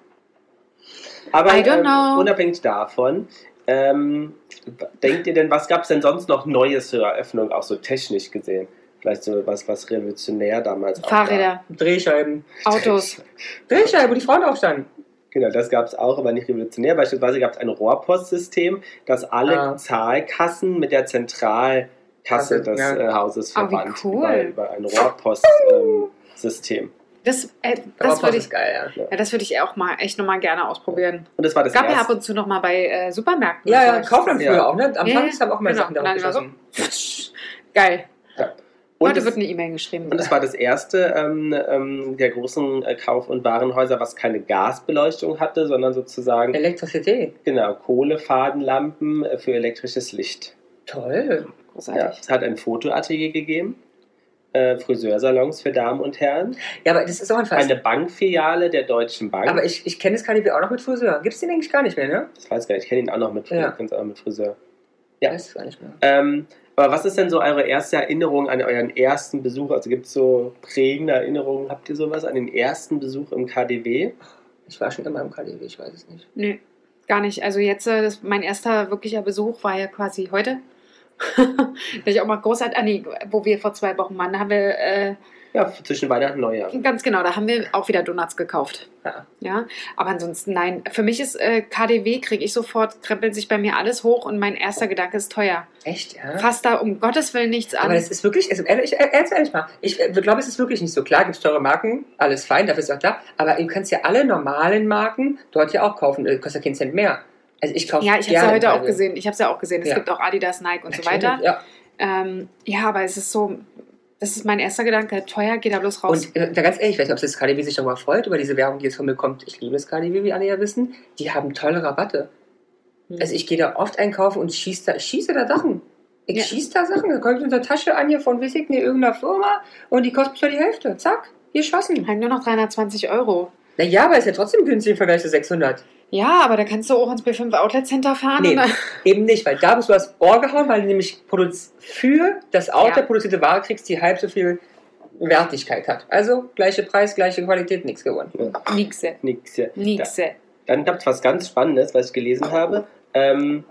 Speaker 3: Aber
Speaker 2: I don't
Speaker 3: ähm,
Speaker 2: know.
Speaker 3: unabhängig davon, ähm, denkt ihr denn, was gab es denn sonst noch Neues zur Eröffnung, auch so technisch gesehen? Vielleicht so was, was revolutionär damals auch war.
Speaker 2: Fahrräder,
Speaker 1: Drehscheiben.
Speaker 2: Autos.
Speaker 1: Drehscheiben, wo die Frauen aufstanden.
Speaker 3: Genau, das gab es auch, aber nicht revolutionär. Beispielsweise gab es ein Rohrpostsystem, das alle
Speaker 1: Ah.
Speaker 3: Zahlkassen mit der Zentralkasse
Speaker 1: Kasse,
Speaker 3: des
Speaker 1: ja.
Speaker 3: äh, Hauses
Speaker 2: Ah, wie
Speaker 3: verband.
Speaker 2: cool.
Speaker 3: Über, über ein Rohrpostsystem. Ähm, System.
Speaker 2: Das, äh,
Speaker 1: Aber
Speaker 2: das
Speaker 1: Post
Speaker 2: würde
Speaker 1: ist
Speaker 2: ich,
Speaker 1: geil,
Speaker 2: ja, das würde ich auch mal echt nochmal gerne ausprobieren.
Speaker 3: Und das war das
Speaker 2: Gab ja ab
Speaker 3: erste.
Speaker 2: und zu nochmal bei äh, Supermärkten.
Speaker 1: ja. Ja, ja,
Speaker 2: und so.
Speaker 1: Kaufland früher
Speaker 3: Ja.
Speaker 1: auch, ne? Am
Speaker 2: Ja,
Speaker 1: Anfang haben auch mal
Speaker 2: genau.
Speaker 1: Sachen da
Speaker 2: Dann immer so.
Speaker 1: geschossen.
Speaker 2: *laughs* Geil.
Speaker 3: Und
Speaker 2: Heute
Speaker 3: das,
Speaker 2: wird eine E-Mail geschrieben.
Speaker 3: und das war das erste ähm, ähm, der großen äh, Kauf- und Warenhäuser, was keine Gasbeleuchtung hatte, sondern sozusagen
Speaker 1: Elektrizität.
Speaker 3: genau, Kohlefadenlampen äh, für elektrisches Licht.
Speaker 1: Toll.
Speaker 3: Ja.
Speaker 2: Großartig.
Speaker 3: Es hat ein Fotoatelier gegeben, äh, Friseursalons für Damen und Herren,
Speaker 1: Ja, aber das ist auch ein Fall.
Speaker 3: eine Bankfiliale der Deutschen Bank.
Speaker 1: Aber ich, ich kenne das KDW auch noch mit Friseur. Gibt es den eigentlich gar nicht mehr, ne?
Speaker 3: ich weiß gar nicht, ich kenne ihn auch noch mit,
Speaker 1: Ja.
Speaker 3: Friseur, kenn's auch noch mit Friseur.
Speaker 1: Ja.
Speaker 3: Ja.
Speaker 1: Weiß es gar nicht mehr.
Speaker 3: Ähm, aber was ist denn so eure erste Erinnerung an euren ersten Besuch? Also gibt es so prägende Erinnerungen? Habt ihr sowas an den ersten Besuch im KDW?
Speaker 1: Ich war schon immer im KDW, ich weiß es nicht.
Speaker 2: Nee. gar nicht. Also jetzt, äh, das, mein erster wirklicher Besuch war ja quasi heute. *laughs* da ich auch mal großartig, ah nee, wo wir vor zwei Wochen waren, da haben wir, äh,
Speaker 3: Ja, zwischen Weihnachten und Neujahr.
Speaker 2: ganz genau, da haben wir auch wieder Donuts gekauft.
Speaker 1: Ja.
Speaker 2: Ja, aber ansonsten nein. Für mich ist äh, KDW, kriege ich sofort, krempelt sich bei mir alles hoch und mein erster Gedanke ist teuer.
Speaker 1: Echt, ja?
Speaker 2: Fasst da um Gottes Willen nichts an.
Speaker 1: Aber das ist wirklich, also ehrlich, ehrlich, ehrlich mal, ich äh, glaube, es ist wirklich nicht so. Klar gibt es teure Marken, alles fein, dafür ist auch da, aber ihr könnt ja alle normalen Marken dort ja auch kaufen, äh, kostet ja keinen Cent mehr. Also ich kaufe
Speaker 2: ja, ich habe es ja
Speaker 1: gerne
Speaker 2: heute auch
Speaker 1: Teile.
Speaker 2: gesehen. Ich habe es ja auch gesehen. Es
Speaker 1: also- Ja.
Speaker 2: gibt auch Adidas, Nike und so
Speaker 1: Natürlich,
Speaker 2: weiter.
Speaker 1: Ja.
Speaker 2: Ähm, ja, aber es ist so, das ist mein erster Gedanke. Teuer, geht da bloß raus.
Speaker 1: Und äh, da ganz ehrlich, ich weiß nicht, ob das KDW sich darüber freut, über diese Werbung, die jetzt von mir kommt. Ich liebe das KDW, wie alle ja wissen. Die haben tolle Rabatte.
Speaker 2: Mhm. Hm.
Speaker 1: Also ich gehe da oft einkaufen und schieße da, schieße da Sachen. Ich
Speaker 2: Ja.
Speaker 1: schieße da Sachen. Da kommt so eine Tasche an hier von weiß ich nicht, irgendeiner Firma und die kostet nur die Hälfte. Zack, geschossen.
Speaker 2: halt nur noch 320 Euro.
Speaker 1: Na ja, aber ist ja trotzdem günstig im Vergleich zu 600.
Speaker 2: Ja, aber da kannst du auch ins B5 Outlet Center fahren.
Speaker 1: Nee. *laughs*
Speaker 2: und dann-
Speaker 1: Eben nicht, weil da musst du was Ohr gehauen, weil du nämlich produz- für das Auto
Speaker 2: Ja.
Speaker 1: produzierte Ware kriegst, die halb so viel Wertigkeit hat. Also gleiche Preis, gleiche Qualität, nichts gewonnen.
Speaker 2: Nixe.
Speaker 3: Nix hier.
Speaker 2: Nixe.
Speaker 3: Dann gab es was ganz Spannendes, was ich gelesen habe. Ähm,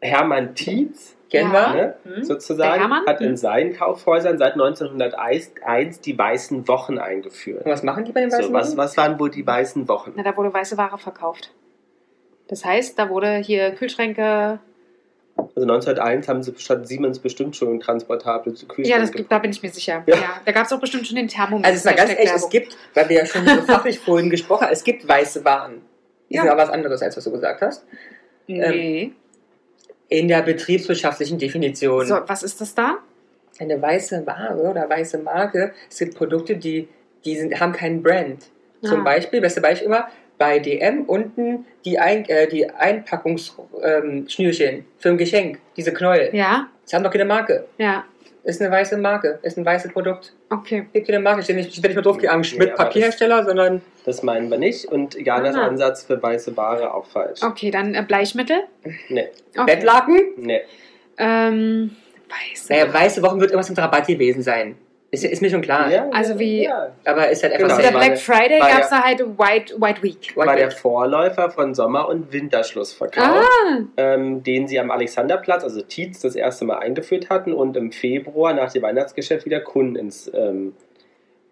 Speaker 3: Hermann Tietz,
Speaker 1: Kennen
Speaker 2: Ja.
Speaker 1: wir?
Speaker 3: ne,
Speaker 2: Hm? Der
Speaker 3: sozusagen,
Speaker 2: Hermann?
Speaker 3: hat in seinen Kaufhäusern seit 1901 die weißen Wochen eingeführt.
Speaker 1: Und was machen die bei den weißen
Speaker 3: So, was,
Speaker 1: Männern?
Speaker 3: was waren wohl die weißen Wochen?
Speaker 2: Na, da wurde weiße Ware verkauft. Das heißt, da wurde hier Kühlschränke.
Speaker 3: Also 1901 haben sie statt Siemens bestimmt schon transportable zu
Speaker 2: Ja, das,
Speaker 3: Kühlschränke.
Speaker 2: da bin ich mir sicher. Ja.
Speaker 3: Ja.
Speaker 2: Da gab es auch bestimmt schon den Thermomix.
Speaker 1: Also es mal
Speaker 2: in der
Speaker 1: ganz ehrlich, es
Speaker 2: Steckwerbung.
Speaker 1: gibt, weil wir ja schon
Speaker 2: *laughs*
Speaker 1: so fachlich vorhin gesprochen haben, es gibt weiße Waren. Die
Speaker 2: Ja.
Speaker 1: sind aber was anderes, als was du gesagt hast. ähm,
Speaker 2: Nee.
Speaker 1: In der betriebswirtschaftlichen Definition.
Speaker 2: So, was ist das da?
Speaker 1: Eine weiße Ware oder weiße Marke, es gibt Produkte, die, die sind, haben keinen Brand. Zum
Speaker 2: Ah.
Speaker 1: Beispiel, beste Beispiel immer, bei DM unten die, Ein, äh, die Einpackungsschnürchen ähm, Schnürchen für ein Geschenk, diese Knäuel.
Speaker 2: Ja,
Speaker 1: Das haben doch keine Marke.
Speaker 2: ja.
Speaker 1: Ist eine weiße Marke, ist ein weißes Produkt.
Speaker 2: Okay.
Speaker 1: Gibt keine Marke, steht nicht, steht nicht mal drauf,
Speaker 3: Nee,
Speaker 1: mit
Speaker 3: aber das-
Speaker 1: Papierhersteller, sondern
Speaker 3: Das meinen wir nicht. Und Janas
Speaker 2: Aha.
Speaker 3: Ansatz für weiße Ware auch falsch.
Speaker 2: Ah. Okay, dann äh, Bleichmittel.
Speaker 3: Nee,
Speaker 2: Okay.
Speaker 1: Bettlaken.
Speaker 3: nee.
Speaker 2: Ähm, weiß.
Speaker 1: Naja, weiße Wochen wird irgendwas mit Rabatt gewesen sein. Ist, ist mir schon klar.
Speaker 3: Ja,
Speaker 2: Also wie-
Speaker 3: Ja.
Speaker 1: Aber ist halt
Speaker 3: Genau,
Speaker 1: einfach
Speaker 2: Also der
Speaker 3: war
Speaker 2: Black
Speaker 3: der-
Speaker 2: Friday
Speaker 3: war
Speaker 2: gab es
Speaker 3: der-
Speaker 2: da halt White, White Week.
Speaker 3: War der Vorläufer von Sommer- und Winterschlussverkauf,
Speaker 2: Ah,
Speaker 3: ähm, den sie am Alexanderplatz, also Tietz, das erste Mal eingeführt hatten und im Februar nach dem Weihnachtsgeschäft wieder Kunden ins ähm,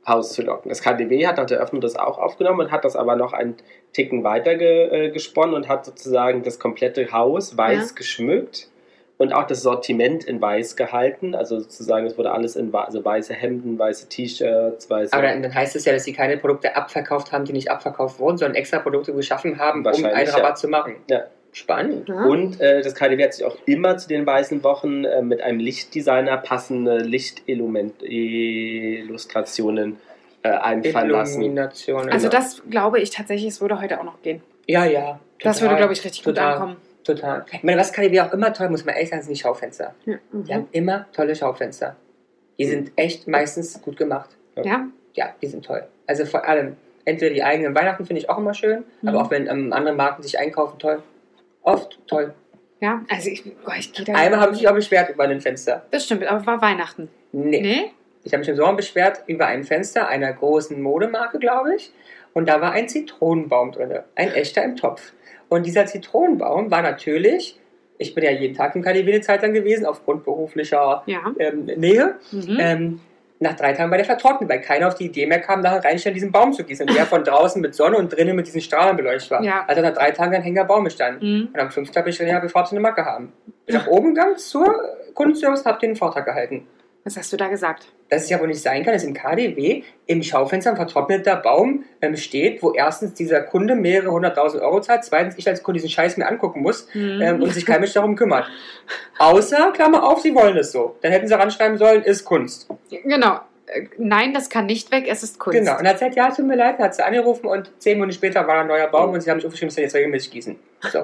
Speaker 3: Haus zu locken. Das KDW hat nach der Öffnung das auch aufgenommen und hat das aber noch einen Ticken weiter ge, äh, gesponnen und hat sozusagen das komplette Haus weiß
Speaker 2: Ja.
Speaker 3: geschmückt und auch das Sortiment in weiß gehalten. Also sozusagen, es wurde alles in wei- also weiße Hemden, weiße T-Shirts, weiße.
Speaker 1: Aber dann, dann heißt es ja, dass sie keine Produkte abverkauft haben, die nicht abverkauft wurden, sondern extra Produkte geschaffen haben, um
Speaker 3: Wahrscheinlich,
Speaker 1: einen
Speaker 3: ja.
Speaker 1: Rabatt zu machen.
Speaker 3: Ja.
Speaker 1: Spannend.
Speaker 2: Ja.
Speaker 3: Und äh, das KDW hat sich auch immer zu den weißen Wochen äh, mit einem Lichtdesigner passende Lichtillustrationen äh, einfallen lassen.
Speaker 1: Illuminationen.
Speaker 2: also
Speaker 3: genau.
Speaker 2: das glaube ich tatsächlich, es würde heute auch noch gehen.
Speaker 1: ja, ja.
Speaker 2: Das würde, glaube ich, richtig
Speaker 1: total,
Speaker 2: gut ankommen.
Speaker 1: Total. Ich meine, was KDW auch immer toll, muss man ehrlich sagen, sind die Schaufenster.
Speaker 2: Ja, mhm.
Speaker 1: Die haben immer tolle Schaufenster.
Speaker 3: Mhm.
Speaker 1: Die sind echt meistens gut gemacht.
Speaker 2: ja.
Speaker 1: ja, die sind toll. Also vor allem, entweder die eigenen Weihnachten finde ich auch immer schön,
Speaker 2: Mhm.
Speaker 1: aber auch wenn ähm, andere Marken sich einkaufen, toll. Oft toll.
Speaker 2: ja. also ich, oh, ich gehe da.
Speaker 1: Einmal habe ich mich auch beschwert über ein Fenster.
Speaker 2: Das stimmt, aber war Weihnachten.
Speaker 1: Nee.
Speaker 2: Nee?
Speaker 1: Ich habe mich im Sommer beschwert über ein Fenster einer großen Modemarke, glaube ich. Und da war ein Zitronenbaum drin. Ein echter im Topf. Und dieser Zitronenbaum war natürlich, ich bin ja jeden Tag im KDW eine Zeit lang gewesen, aufgrund beruflicher
Speaker 2: Ja.
Speaker 1: ähm, Nähe.
Speaker 2: Mhm.
Speaker 1: ähm, nach drei Tagen war der vertrocknet, weil keiner auf die Idee mehr kam, nachher reinstellen, diesen Baum zu gießen,
Speaker 2: *laughs*
Speaker 1: der von draußen mit Sonne und drinnen mit diesen Strahlen beleuchtet war.
Speaker 2: Ja.
Speaker 1: Also nach drei Tagen ein hängender Baum stand.
Speaker 2: Mhm.
Speaker 1: Und am fünften habe ich René befragt, ob sie eine Macke haben. Bin nach oben gegangen zur Kundenservice und habe den Vortrag gehalten.
Speaker 2: Was hast du da gesagt?
Speaker 1: Dass es ja wohl nicht sein kann, dass im KDW im Schaufenster ein vertrockneter Baum ähm, steht, wo erstens dieser Kunde mehrere hunderttausend Euro zahlt, zweitens ich als Kunde diesen Scheiß mir angucken muss
Speaker 2: Mhm.
Speaker 1: ähm, und sich kein Mensch darum kümmert. Außer, Klammer auf, sie wollen es so. Dann hätten sie ranschreiben sollen, ist Kunst.
Speaker 2: genau. Äh, Nein, das kann nicht weg, es ist Kunst.
Speaker 1: Genau, und er hat gesagt, ja, tut mir leid, hat sie angerufen und zehn Minuten später war ein neuer Baum
Speaker 2: Oh.
Speaker 1: und sie haben mich aufgeschrieben, dass sie jetzt regelmäßig gießen.
Speaker 2: *laughs*
Speaker 1: So.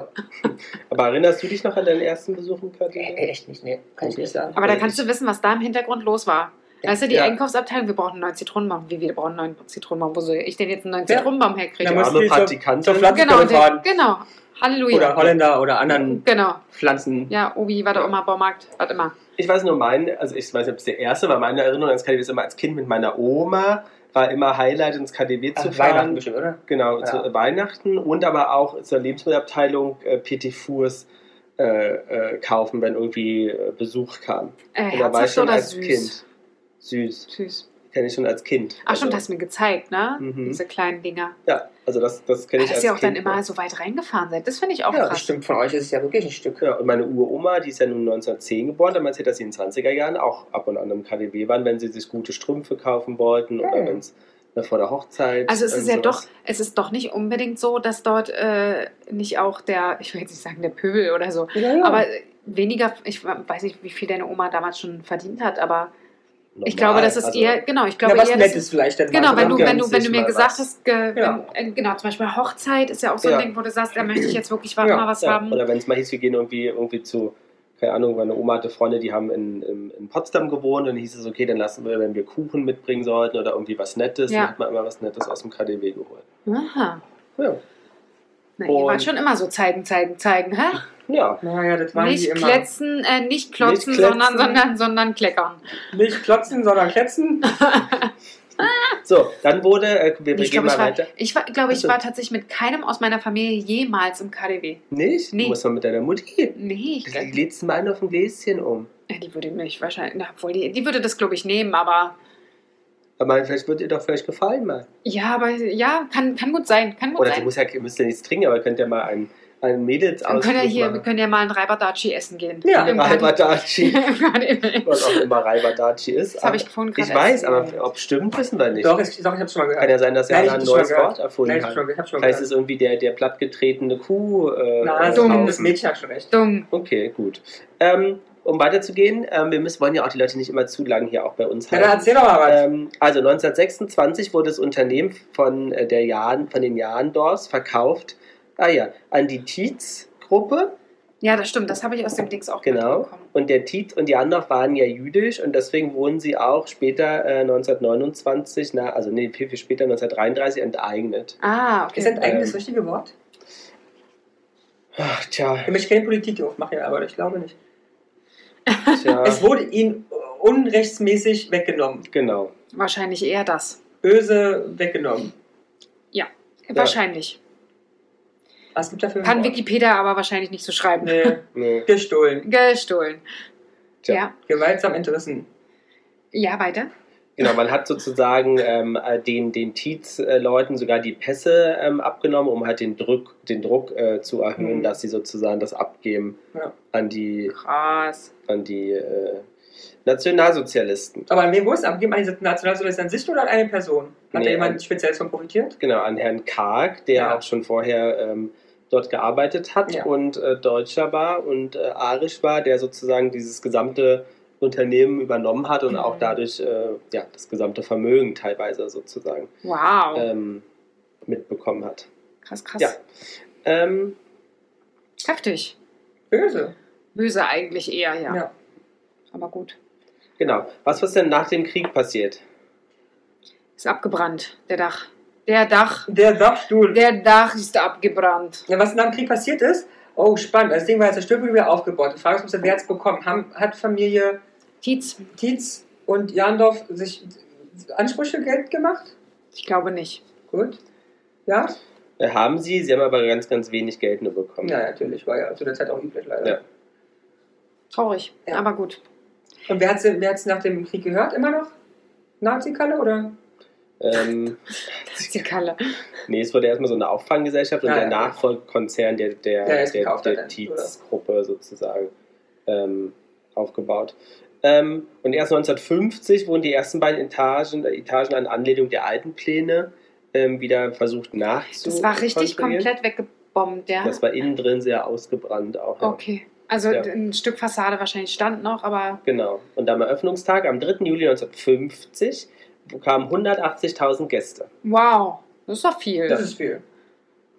Speaker 3: Aber erinnerst du dich noch an deinen ersten Besuch im KDW?
Speaker 1: Äh, Echt nicht, nee, kann ich nicht sagen.
Speaker 2: Aber da
Speaker 3: Also
Speaker 2: kannst du wissen, was da im Hintergrund los war.
Speaker 1: Ja.
Speaker 2: Weißt du, Also die
Speaker 3: Ja.
Speaker 2: Einkaufsabteilung, wir brauchen einen neuen Zitronenbaum. Wie, wir brauchen einen neuen Zitronenbaum. Wo soll ich denn jetzt einen neuen
Speaker 1: Ja.
Speaker 2: Zitronenbaum
Speaker 1: Da
Speaker 2: herkriegen?
Speaker 1: muss
Speaker 3: Arme
Speaker 1: ich zur-
Speaker 3: Praktikantin.
Speaker 1: zur Pflanze-
Speaker 2: genau,
Speaker 1: Zitronenbaum fahren.
Speaker 2: der, genau. Halleluja.
Speaker 1: Oder Holländer oder anderen
Speaker 2: Genau.
Speaker 1: Pflanzen.
Speaker 2: Ja, Obi, war da immer, Baumarkt, was immer.
Speaker 3: Ich weiß nur, mein, also ich weiß nicht, ob es der erste war, meine Erinnerung ans KDW ist immer als Kind mit meiner Oma war immer Highlight ins KDW zu
Speaker 1: Ach, Weihnachten
Speaker 3: fahren.
Speaker 1: bestimmt, oder?
Speaker 3: Genau,
Speaker 1: Ja.
Speaker 3: zu Weihnachten und aber auch zur Lebensmittelabteilung äh, PT Fours äh, äh, kaufen, wenn irgendwie äh, Besuch kam.
Speaker 2: Äh,
Speaker 3: Und da war ich
Speaker 2: herzhaft
Speaker 3: schon
Speaker 2: oder
Speaker 3: als
Speaker 2: süß?
Speaker 3: Kind. Süß.
Speaker 2: Süß.
Speaker 3: Kenne ich schon als Kind.
Speaker 2: Ach schon,
Speaker 3: Also,
Speaker 2: du hast mir gezeigt, ne?
Speaker 3: Mhm.
Speaker 2: Diese kleinen Dinger.
Speaker 3: Ja, also das, das kenne ich
Speaker 2: Dass
Speaker 3: als
Speaker 2: ihr auch
Speaker 3: Kind.
Speaker 2: dann immer so weit reingefahren seid. Das finde ich auch
Speaker 1: Ja,
Speaker 2: krass.
Speaker 1: bestimmt. Von euch ist es ja wirklich ein Stück.
Speaker 3: Ja, Genau, und meine Uroma, die ist ja nun 1910 geboren, damals hätte sie in den 20er Jahren auch ab und an im KDW waren, wenn sie sich gute Strümpfe kaufen wollten oder
Speaker 1: Hm.
Speaker 3: wenn es vor der Hochzeit.
Speaker 2: Also es ist
Speaker 3: irgendwie
Speaker 2: ja
Speaker 3: sowas.
Speaker 2: doch, es ist doch nicht unbedingt so, dass dort äh, nicht auch der, ich will jetzt nicht sagen der Pöbel oder so,
Speaker 1: Ja, ja.
Speaker 2: aber äh, weniger, ich weiß nicht, wie viel deine Oma damals schon verdient hat, aber ich glaube,
Speaker 3: Normal,
Speaker 2: das ist
Speaker 3: also-
Speaker 2: eher, genau, ich
Speaker 1: Na,
Speaker 2: glaube
Speaker 1: was
Speaker 2: eher,
Speaker 1: Nettes
Speaker 2: das ist,
Speaker 1: vielleicht. Dann
Speaker 2: genau,
Speaker 1: mal.
Speaker 2: wenn du,
Speaker 3: dann
Speaker 2: wenn du, wenn du
Speaker 3: Also sich
Speaker 2: mir
Speaker 3: mal
Speaker 2: gesagt
Speaker 3: was.
Speaker 2: hast, ge,
Speaker 1: Ja.
Speaker 2: wenn, äh, genau, zum Beispiel Hochzeit ist ja auch so
Speaker 3: Ja.
Speaker 2: ein Ding, wo du sagst, da möchte ich jetzt wirklich mal
Speaker 1: Ja,
Speaker 2: mal was
Speaker 3: ja,
Speaker 2: haben.
Speaker 3: Oder wenn es mal hieß, wir gehen irgendwie, irgendwie zu, keine Ahnung, meine Oma hatte Freunde, die haben in, in, in Potsdam gewohnt und dann hieß es, okay, dann lassen wir, wenn wir Kuchen mitbringen sollten oder irgendwie was Nettes,
Speaker 2: Ja.
Speaker 3: dann hat man immer was Nettes aus dem KDW geholt.
Speaker 2: Aha.
Speaker 3: Ja,
Speaker 2: Na, ihr wart
Speaker 3: Und-
Speaker 2: schon immer so zeigen, zeigen, zeigen, hä?
Speaker 3: ja.
Speaker 1: Naja, das waren die
Speaker 2: Nicht
Speaker 1: immer.
Speaker 2: kletzen, äh, nicht klotzen,
Speaker 3: kletzen.
Speaker 2: sondern, sondern, sondern kleckern.
Speaker 1: Nicht klotzen, sondern
Speaker 2: *laughs*
Speaker 1: kletzen.
Speaker 3: so, dann wurde, äh, wir, wir
Speaker 2: Ich
Speaker 3: gehen
Speaker 2: glaube,
Speaker 3: mal
Speaker 2: ich, war,
Speaker 3: weiter.
Speaker 2: ich, war, glaub, ich
Speaker 3: Achso.
Speaker 2: war tatsächlich mit keinem aus meiner Familie jemals im KDW.
Speaker 3: Nicht?
Speaker 2: Nee.
Speaker 3: Du musst mal mit deiner Mutti.
Speaker 2: Nee, ich
Speaker 3: Die
Speaker 2: glaub,
Speaker 3: lädst du mal einen auf ein Gläschen um.
Speaker 2: Ja, die würde mich wahrscheinlich, na, obwohl die, die würde das, glaube ich, nehmen, aber
Speaker 3: Aber vielleicht wird ihr doch vielleicht gefallen mal.
Speaker 2: ja, aber ja, kann, kann gut sein, kann gut
Speaker 3: Oder sie
Speaker 2: sein.
Speaker 3: muss ja, ihr müsst ja nichts trinken, aber könnt ja mal einen, einen Mädels
Speaker 2: Wir können ja hier, wir
Speaker 3: machen.
Speaker 2: können ja mal ein Reibadachi essen gehen.
Speaker 1: Ja,
Speaker 2: Im Garten- *laughs*
Speaker 3: Raivadachi.
Speaker 2: im Garten.
Speaker 3: Was auch immer Raivadachi ist.
Speaker 2: Das habe ich vorhin gerade
Speaker 3: Ich weiß,
Speaker 2: erzählt.
Speaker 3: aber ob stimmt, wissen wir nicht.
Speaker 1: Doch, ich, doch, ich hab's schon mal gehört.
Speaker 3: Kann ja sein, dass
Speaker 1: Nein,
Speaker 3: er
Speaker 1: ich
Speaker 3: ein
Speaker 1: hab's schon
Speaker 3: neues
Speaker 1: gehört.
Speaker 3: Wort
Speaker 1: Nein,
Speaker 3: erfunden
Speaker 1: ich hab's
Speaker 3: hat.
Speaker 1: schon, ich hab's schon
Speaker 3: Vielleicht
Speaker 1: gehört.
Speaker 3: ist irgendwie der, der plattgetretene Kuh. Äh,
Speaker 1: Na, das,
Speaker 3: äh,
Speaker 2: dumm.
Speaker 1: das
Speaker 3: draußen.
Speaker 1: Mädchen hat schon recht.
Speaker 2: Dumm.
Speaker 3: Okay, gut. Ähm, um weiterzugehen, ähm, wir müssen, wollen ja auch die Leute nicht immer zu lang hier auch bei uns
Speaker 1: Na, dann
Speaker 3: halten.
Speaker 1: erzähl doch mal was.
Speaker 3: Ähm, also 1926 wurde das Unternehmen von, äh, der Jahren, von den Jahrendorfs verkauft. Ah ja, an die Tietz-Gruppe.
Speaker 2: Ja, das stimmt, das habe ich aus dem Dings auch
Speaker 3: Genau.
Speaker 2: mitbekommen.
Speaker 3: Und der Tietz und die Andorf waren ja jüdisch und deswegen wurden sie auch später äh, 1929, na, also nee, viel, viel später, 1933 enteignet.
Speaker 2: Ah,
Speaker 1: Ist
Speaker 2: okay.
Speaker 1: ein eigenes
Speaker 3: ähm,
Speaker 1: richtige Wort?
Speaker 3: Ach, tja,
Speaker 1: Ich möchte keine Politik aufmachen, aber ich glaube nicht.
Speaker 3: tja.
Speaker 1: *laughs* Es wurde ihnen unrechtsmäßig weggenommen.
Speaker 3: genau.
Speaker 2: Wahrscheinlich eher das.
Speaker 1: Böse weggenommen.
Speaker 2: Wahrscheinlich.
Speaker 1: Was gibt dafür? ein
Speaker 2: Kann
Speaker 1: Wort?
Speaker 2: Wikipedia aber wahrscheinlich nicht so schreiben.
Speaker 1: Nee,
Speaker 3: Nee.
Speaker 1: gestohlen.
Speaker 2: Gestohlen.
Speaker 3: Tja.
Speaker 2: Ja.
Speaker 1: Gewaltsam Interessen.
Speaker 2: Ja, weiter.
Speaker 3: Genau, man hat sozusagen ähm, äh, den, den Tietz-Leuten sogar die Pässe ähm, abgenommen, um halt den Druck, den Druck äh, zu erhöhen,
Speaker 1: Mhm.
Speaker 3: dass sie sozusagen das abgeben
Speaker 1: Ja.
Speaker 3: an die,
Speaker 2: Krass.
Speaker 3: an die äh, Nationalsozialisten.
Speaker 1: Aber an wen wurde es abgegeben? An die Nationalsozialisten an sich oder an eine Person? Hat da
Speaker 3: Nee,
Speaker 1: jemand
Speaker 3: an-
Speaker 1: speziell von profitiert?
Speaker 3: Genau, an Herrn Karg, der
Speaker 1: Ja.
Speaker 3: auch schon vorher ähm, dort gearbeitet hat
Speaker 1: Ja.
Speaker 3: und äh, Deutscher war und äh, Arisch war, der sozusagen dieses gesamte Unternehmen übernommen hat und
Speaker 1: Mhm.
Speaker 3: auch dadurch äh, ja, das gesamte Vermögen teilweise sozusagen
Speaker 1: Oh.
Speaker 2: Wow.
Speaker 3: ähm, mitbekommen hat.
Speaker 2: krass, krass.
Speaker 3: ja. Ähm,
Speaker 2: Heftig.
Speaker 1: Böse.
Speaker 2: Böse eigentlich eher, ja.
Speaker 1: Ja.
Speaker 2: Aber gut.
Speaker 3: genau. Was ist denn nach dem Krieg passiert?
Speaker 2: Ist abgebrannt, der Dach. Der Dach.
Speaker 1: Der Dachstuhl.
Speaker 2: Der Dach ist abgebrannt.
Speaker 1: Ja, was nach dem Krieg passiert ist? Oh, spannend. Das Ding war jetzt zerstört, wurde wieder aufgebaut. Die Frage ist, ob sie- wer hat es bekommen? Haben, hat Familie
Speaker 2: Tietz,
Speaker 1: Tietz und Jandorf sich Ansprüche Geld gemacht?
Speaker 2: ich glaube nicht.
Speaker 1: Gut. Ja?
Speaker 3: Äh, haben sie, sie haben aber ganz, ganz wenig Geld nur bekommen.
Speaker 1: Ja, natürlich. War ja zu der Zeit auch üblich, leider.
Speaker 3: Ja.
Speaker 2: Traurig,
Speaker 1: Ja.
Speaker 2: aber gut.
Speaker 1: Und wer hat es wer hat's nach dem Krieg gehört? Immer noch? Nazi-Kalle oder?
Speaker 3: Ähm,
Speaker 2: Die Kalle.
Speaker 3: Nee, es wurde erstmal so eine Auffanggesellschaft und
Speaker 1: Ah, Ja,
Speaker 3: der
Speaker 1: ja.
Speaker 3: Nachfolgekonzern der, der,
Speaker 1: Der
Speaker 3: der,
Speaker 1: es
Speaker 3: der,
Speaker 1: gekauft hat dann,
Speaker 3: Tietz-Gruppe sozusagen ähm, aufgebaut. Ähm, und erst 1950 wurden die ersten beiden Etagen, Etagen an Anlehnung der alten Pläne ähm, wieder versucht nachzu.
Speaker 2: Das war richtig
Speaker 3: konstruieren.
Speaker 2: komplett weggebombt, ja.
Speaker 3: Das war innen drin sehr ausgebrannt auch. ja.
Speaker 2: Okay. Also
Speaker 3: Ja.
Speaker 2: ein Stück Fassade wahrscheinlich stand noch, aber
Speaker 3: Genau. Und am Eröffnungstag, am 3. Juli 1950, kamen 180.000 Gäste.
Speaker 2: wow. Das ist doch viel.
Speaker 1: Das ist viel.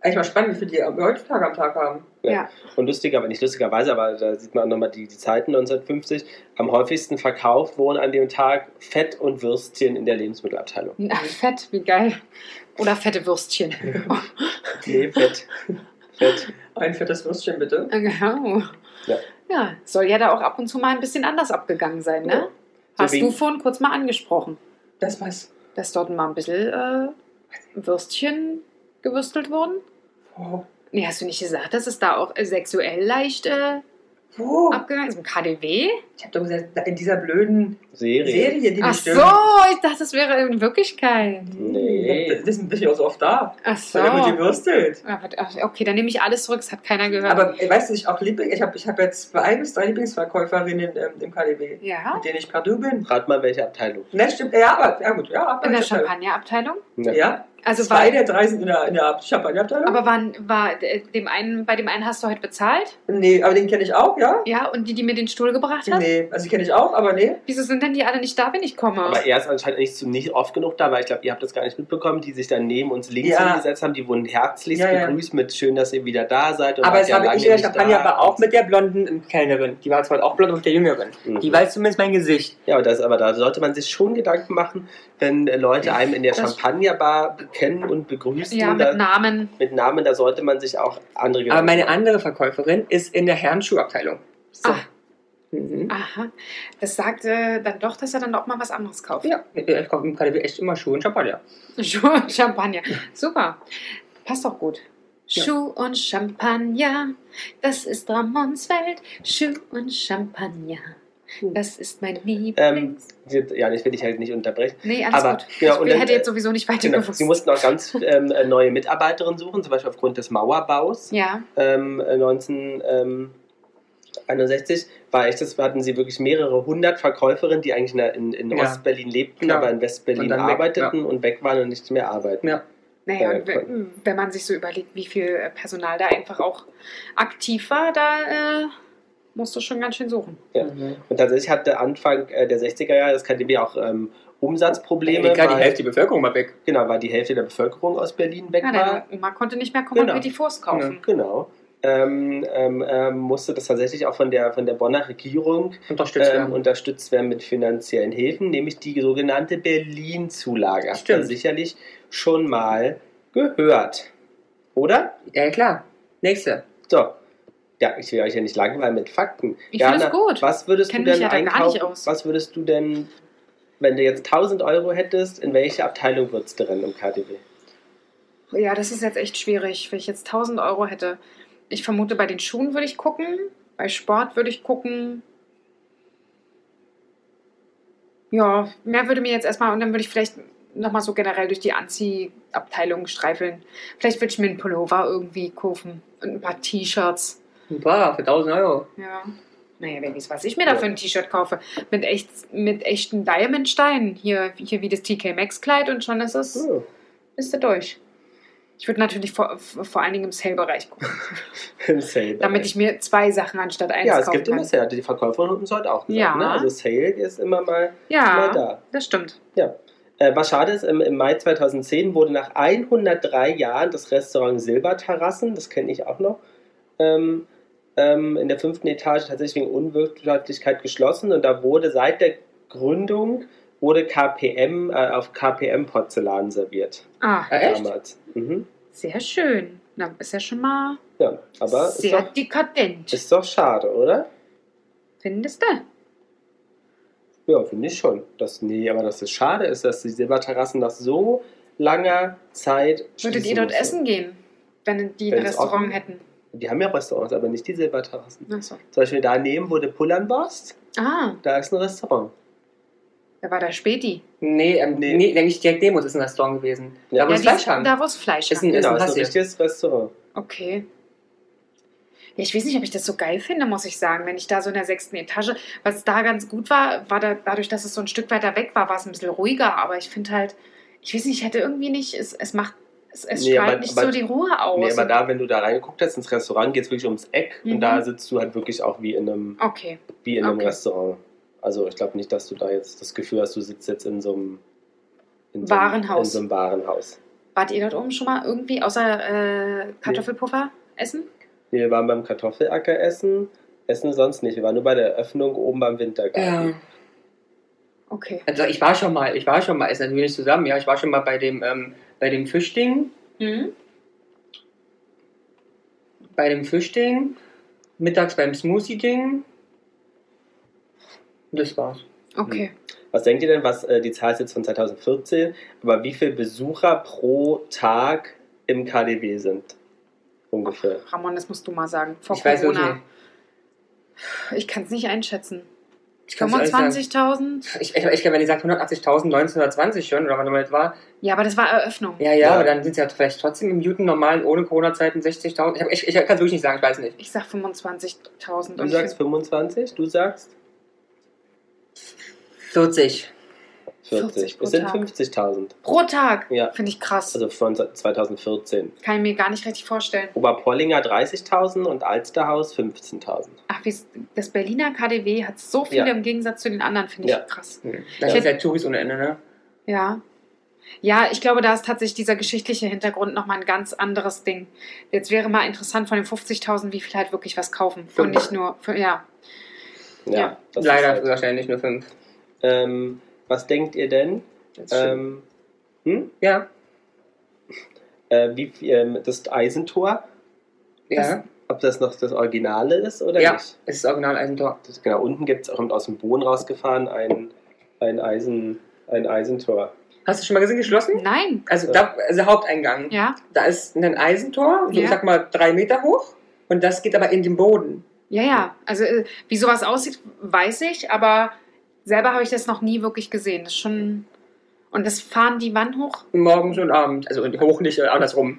Speaker 1: Eigentlich mal spannend, wie viel die heutzutage am Tag haben.
Speaker 3: Ja.
Speaker 2: Ja.
Speaker 3: Und lustiger, nicht lustigerweise, aber da sieht man auch nochmal die, die Zeiten 1950. Am häufigsten verkauft wurden an dem Tag Fett und Würstchen in der Lebensmittelabteilung.
Speaker 2: Na, fett, wie geil. Oder fette Würstchen.
Speaker 1: *laughs*
Speaker 3: Nee, Fett. Fett.
Speaker 1: Ein fettes Würstchen bitte.
Speaker 2: *laughs* Genau.
Speaker 3: Ja.
Speaker 2: ja, soll ja da auch ab und zu mal ein bisschen anders abgegangen sein, ne?
Speaker 3: So
Speaker 2: Hast
Speaker 3: wie-
Speaker 2: du vorhin kurz mal angesprochen.
Speaker 1: Das war's.
Speaker 2: dass dort mal ein bisschen äh, Würstchen gewürstelt wurden.
Speaker 1: Wo?
Speaker 2: Nee, hast du nicht gesagt, dass es da auch äh, sexuell leicht äh,
Speaker 1: Wo?
Speaker 3: Oh.
Speaker 2: abgegangen ist? Im KDW?
Speaker 1: Ich habe doch gesagt, in dieser blöden
Speaker 3: Serie.
Speaker 1: Serie, die
Speaker 2: Ach
Speaker 1: mich
Speaker 2: so,
Speaker 1: stört.
Speaker 2: ich dachte, das wäre in Wirklichkeit.
Speaker 3: Nee.
Speaker 1: Das- Deswegen bin ich auch so oft da.
Speaker 2: Ach
Speaker 1: So.
Speaker 2: so.
Speaker 1: Dann wird gewürstelt.
Speaker 2: Ah, warte, ach, Okay, dann nehme ich alles zurück, das hat keiner gehört.
Speaker 1: Aber äh, weißt du, ich auch Liebling, ich habe ich hab jetzt zwei bis drei Lieblingsverkäuferinnen ähm, im KDW,
Speaker 2: ja,
Speaker 1: mit denen ich perdu bin.
Speaker 3: Rat mal, welche Abteilung.
Speaker 1: Ne, stimmt. Ja, aber ja gut, ja. aber
Speaker 2: in der
Speaker 1: ich hab-
Speaker 2: Champagnerabteilung.
Speaker 3: Ja.
Speaker 1: Ja,
Speaker 2: Also war,
Speaker 1: zwei der drei sind in der, in der Champagnerabteilung.
Speaker 2: aber waren, war äh, dem einen, bei dem einen hast du heute bezahlt?
Speaker 1: nee, aber den kenne ich auch, ja.
Speaker 2: Ja, und die, die mir den Stuhl gebracht hat?
Speaker 1: Nee, also die kenne ich auch, aber nee.
Speaker 2: Wieso sind denn die alle nicht da, wenn ich komme?
Speaker 3: Aber er ist anscheinend nicht, so- nicht oft genug da, weil ich glaube, ihr habt das gar nicht mitbekommen, die sich dann neben uns links
Speaker 1: Ja.
Speaker 3: hingesetzt haben, die wurden herzlichst
Speaker 1: Ja, ja.
Speaker 3: begrüßt mit schön, dass ihr wieder da seid. Und
Speaker 1: Aber
Speaker 3: wart
Speaker 1: es
Speaker 3: ja
Speaker 1: habe
Speaker 3: lange
Speaker 1: ich in der
Speaker 3: nicht
Speaker 1: Champagner
Speaker 3: da.
Speaker 1: aber auch mit der blonden Kellnerin. Die war zwar auch blond, aber der jüngeren.
Speaker 3: Mhm.
Speaker 1: Die weiß zumindest mein Gesicht.
Speaker 3: Ja, aber, das, aber da sollte man sich schon Gedanken machen, wenn äh, Leute einem in der
Speaker 1: Das-
Speaker 3: Champagnerbar kennen und begrüßen.
Speaker 2: ja,
Speaker 3: da,
Speaker 2: mit Namen.
Speaker 3: mit Namen, da sollte man sich auch andere
Speaker 1: Aber
Speaker 3: Gedanken
Speaker 1: meine
Speaker 3: machen.
Speaker 1: andere Verkäuferin ist in der Herrenschuhabteilung. So.
Speaker 2: Ah.
Speaker 1: Mhm.
Speaker 2: Aha. Das sagt äh, dann doch, dass er dann auch mal was anderes kauft. *laughs*
Speaker 1: Ja, ich kaufe im KDW echt immer Schuhe und Champagner.
Speaker 2: Schuh und Champagner. Super. Passt doch gut.
Speaker 1: Ja.
Speaker 2: Schuh und Champagner, das ist Ramons Welt. Schuh und Champagner, das ist
Speaker 1: Ähm,
Speaker 2: mein Lieblings.
Speaker 3: Jetzt- Ja, ich will dich halt nicht unterbrechen.
Speaker 2: nee, alles
Speaker 3: aber,
Speaker 2: gut. ich
Speaker 3: genau, und
Speaker 1: halt
Speaker 3: dann-
Speaker 2: hätte jetzt sowieso nicht weiter
Speaker 3: Genau.
Speaker 2: gewusst.
Speaker 3: Sie mussten auch ganz ähm, äh, neue Mitarbeiterinnen suchen, zum Beispiel aufgrund des Mauerbaus.
Speaker 2: ja,
Speaker 3: ähm, 1961 war echt, das hatten sie wirklich mehrere hundert Verkäuferinnen, die eigentlich in, der- in, in
Speaker 1: Ja.
Speaker 3: Ostberlin lebten,
Speaker 1: Klar.
Speaker 3: aber in
Speaker 1: Und
Speaker 3: Westberlin
Speaker 1: dann weg,
Speaker 3: arbeiteten und weg waren und nicht mehr arbeiten.
Speaker 1: Ja.
Speaker 2: naja,
Speaker 3: Äh,
Speaker 2: und we- wenn man sich so überlegt, wie viel äh, Personal da einfach auch aktiv war, da äh, musst du schon ganz schön suchen.
Speaker 3: Ja.
Speaker 1: Äh,
Speaker 3: Und tatsächlich hatte Anfang äh, der 60er Jahre das KDW auch ähm, Umsatzprobleme,
Speaker 1: Klar, die
Speaker 3: weil-
Speaker 1: Hälfte Ah, der Bevölkerung war weg.
Speaker 3: genau, weil die Hälfte der Bevölkerung aus Berlin weg
Speaker 2: Ja,
Speaker 3: war.
Speaker 2: deine Oma konnte nicht mehr kommen
Speaker 3: Genau.
Speaker 2: und mir die Forst kaufen.
Speaker 3: Genau. Ähm, ähm, ähm, musste das tatsächlich auch von der, von der Bonner Regierung
Speaker 1: Unterstützt
Speaker 3: ähm,
Speaker 1: werden.
Speaker 3: unterstützt werden mit finanziellen Hilfen, nämlich die sogenannte Berlin-Zulage. Habt ihr
Speaker 1: Stimmt.
Speaker 3: sicherlich schon mal gehört. Oder?
Speaker 1: Ja, klar. Nächste.
Speaker 3: So. Ja, ich will euch ja nicht langweilen mit Fakten.
Speaker 2: Ich finde es gut.
Speaker 3: Was würdest
Speaker 2: Kenn
Speaker 3: du denn
Speaker 2: mich ja da gar
Speaker 3: einkaufen?
Speaker 2: nicht aus.
Speaker 3: Was würdest du denn, wenn du jetzt 1000 Euro hättest, in welche Abteilung würdest du rennen im KDW?
Speaker 2: Ja, das ist jetzt echt schwierig, wenn ich jetzt 1000 Euro hätte. Ich vermute, bei den Schuhen würde ich gucken, bei Sport würde ich gucken. Ja, mehr würde mir jetzt erstmal, und dann würde ich vielleicht nochmal so generell durch die Anziehabteilung streifeln. Vielleicht würde ich mir einen Pullover irgendwie kaufen und ein paar T-Shirts.
Speaker 1: Boah, für 1000 Euro.
Speaker 2: Ja. Naja, wer weiß, was ich mir da für ein T-Shirt kaufe. Mit, echt, mit echten Diamantsteinen. Hier, hier wie das TK Maxx Kleid und schon ist es
Speaker 3: Hm.
Speaker 2: bist du durch. Ich würde natürlich vor, vor allen Dingen im Sale-Bereich gucken,
Speaker 3: *laughs* *laughs* Im Sale.
Speaker 2: damit ich mir zwei Sachen anstatt eins
Speaker 3: ja, es
Speaker 2: kaufen
Speaker 3: gibt
Speaker 2: kann.
Speaker 3: immer Sale. Die Verkäuferin hat uns heute auch gesagt.
Speaker 2: Ja.
Speaker 3: Ne? Also Sale ist immer mal, mal
Speaker 2: ja,
Speaker 3: da.
Speaker 2: das stimmt.
Speaker 3: Äh, was schade ist, im, im Mai 2010 wurde nach 103 Jahren das Restaurant Silberterrassen, das kenne ich auch noch, ähm, ähm, in der fünften Etage tatsächlich wegen Unwirtschaftlichkeit geschlossen und da wurde seit der Gründung wurde KPM äh, auf KPM Porzellan serviert
Speaker 2: Ah,
Speaker 1: Ja, echt?
Speaker 3: damals. Mhm.
Speaker 2: sehr schön. Na, ist ja schon mal
Speaker 3: Ja, aber ist
Speaker 2: sehr
Speaker 3: doch,
Speaker 2: dekadent.
Speaker 3: ist doch schade, oder?
Speaker 2: Findest du?
Speaker 3: Ja, finde ich schon. Das, nee, aber dass es schade ist, dass die Silberterrassen nach so langer Zeit
Speaker 2: Würdet
Speaker 3: schließen
Speaker 2: ihr dort
Speaker 3: mussten.
Speaker 2: essen gehen, wenn die ein
Speaker 3: Wenn's
Speaker 2: Restaurant
Speaker 3: offen-
Speaker 2: hätten?
Speaker 3: Die haben ja Restaurants, aber nicht die Silberterrassen.
Speaker 2: Ach so.
Speaker 3: Zum Beispiel daneben wurde Pullernwurst,
Speaker 2: Ah,
Speaker 3: da ist ein Restaurant.
Speaker 2: da war der Späti.
Speaker 1: Nee, ähm,
Speaker 3: Nee.
Speaker 1: nee. eigentlich direkt neben uns ist ein Restaurant gewesen.
Speaker 3: Ja,
Speaker 1: Da wo
Speaker 2: Ja,
Speaker 1: es
Speaker 2: die-
Speaker 1: Fleisch haben.
Speaker 2: Da, wo es Fleisch
Speaker 1: Ist
Speaker 2: haben.
Speaker 1: ein-
Speaker 3: Genau, ist ein
Speaker 1: Hassi.
Speaker 3: richtiges Restaurant.
Speaker 2: Okay. Ja, ich weiß nicht, ob ich das so geil finde, muss ich sagen, wenn ich da so in der sechsten Etage. Was da ganz gut war, war da, dadurch, dass es so ein Stück weiter weg war, war es ein bisschen ruhiger. Aber ich finde halt, ich weiß nicht, ich hätte irgendwie nicht, es, es macht, es, es
Speaker 3: Nee,
Speaker 2: strahlt
Speaker 3: aber-
Speaker 2: nicht
Speaker 3: aber-
Speaker 2: so die Ruhe aus.
Speaker 3: Nee, aber da, wenn du da reingeguckt hast ins Restaurant, geht es wirklich ums Eck
Speaker 2: Mhm.
Speaker 3: und da sitzt du halt wirklich auch wie in einem,
Speaker 2: okay.
Speaker 3: wie in einem
Speaker 2: Okay.
Speaker 3: Restaurant. Also ich glaube nicht, dass du da jetzt das Gefühl hast, du sitzt jetzt in so einem in so einem-
Speaker 2: Warenhaus.
Speaker 3: In so einem Warenhaus.
Speaker 2: Wart ihr dort oben schon mal irgendwie außer äh, Kartoffelpuffer essen?
Speaker 3: Nee, wir waren beim Kartoffelacker essen, essen sonst nicht. Wir waren nur bei der Eröffnung oben beim Wintergarten.
Speaker 1: Ja.
Speaker 2: Okay.
Speaker 1: Also ich war schon mal, ich war schon mal, ist natürlich nicht zusammen, ja, ich war schon mal bei dem, ähm, bei dem Fischding,
Speaker 2: Mhm.
Speaker 1: bei dem Fischding, mittags beim Smoothie-Ding. Das war's.
Speaker 2: Okay.
Speaker 3: Was denkt ihr denn, was äh, die Zahl ist jetzt von 2014, aber wie viele Besucher pro Tag im KDW sind? Ungefähr.
Speaker 2: Ramon, das musst du mal sagen. Vor
Speaker 1: Ich weiß wirklich
Speaker 2: Corona.
Speaker 1: nicht.
Speaker 2: Ich kann es nicht einschätzen.
Speaker 1: Ich kann's ehrlich sagen.
Speaker 2: 25.000?
Speaker 1: Ich, ich, ich kann, wenn ihr sagt 180.000, 1920 schon, oder wann immer das war.
Speaker 2: Ja, aber das war Eröffnung.
Speaker 1: Ja, ja,
Speaker 3: Ja.
Speaker 1: aber dann sind es ja vielleicht trotzdem im Newton normalen, ohne Corona-Zeiten 60.000. Ich, hab- ich, ich kann es wirklich nicht sagen, ich weiß nicht.
Speaker 2: Ich sag 25.000.
Speaker 3: Du
Speaker 2: und
Speaker 3: sagst
Speaker 2: ich-
Speaker 3: 25, du sagst
Speaker 1: 40.
Speaker 3: 40.
Speaker 2: 40 pro
Speaker 3: es sind
Speaker 2: Tag.
Speaker 3: 50.000.
Speaker 2: Pro Tag.
Speaker 3: Ja.
Speaker 2: Finde ich krass.
Speaker 3: Also von 2014.
Speaker 2: Kann ich mir gar nicht richtig vorstellen.
Speaker 3: Oberpollinger 30.000 und Alsterhaus 15.000.
Speaker 2: Ach, wie's- das Berliner KDW hat so viele
Speaker 3: Ja.
Speaker 2: im Gegensatz zu den anderen, finde ich
Speaker 3: Ja.
Speaker 2: krass.
Speaker 1: Hm. Das
Speaker 2: Ja.
Speaker 1: ist ja Touris ohne Ende, ne?
Speaker 2: Ja. Ja, ich glaube, da ist tatsächlich dieser geschichtliche Hintergrund nochmal ein ganz anderes Ding. Jetzt wäre mal interessant von den 50.000, wie viel halt wirklich was kaufen. Und
Speaker 1: Fünf.
Speaker 2: nicht nur, für, ja.
Speaker 3: Ja,
Speaker 2: Ja.
Speaker 3: das ist
Speaker 1: Leider
Speaker 3: halt-
Speaker 1: wahrscheinlich nur 5.
Speaker 3: Ähm, was denkt ihr denn? Ähm, hm?
Speaker 1: ja,
Speaker 3: äh, wie, ähm, das Eisentor,
Speaker 1: ja.
Speaker 3: ob das noch das Originale ist oder
Speaker 1: Ja,
Speaker 3: nicht?
Speaker 1: es ist das Original Eisentor.
Speaker 3: Das, genau, unten gibt es auch aus dem Boden rausgefahren ein, ein, Eisen, ein Eisentor.
Speaker 1: Hast du schon mal gesehen, geschlossen?
Speaker 2: Nein.
Speaker 1: Also, da, also Haupteingang.
Speaker 2: Ja.
Speaker 1: Da ist ein Eisentor, so
Speaker 2: Ja.
Speaker 1: ich sag mal drei Meter hoch. Und das geht aber in den Boden.
Speaker 2: Ja, ja. Also, äh, wie sowas aussieht, weiß ich, aber selber habe ich das noch nie wirklich gesehen. Das ist schon. Und das fahren die wann hoch?
Speaker 1: Morgens und abends. Also und hoch nicht, aber andersrum.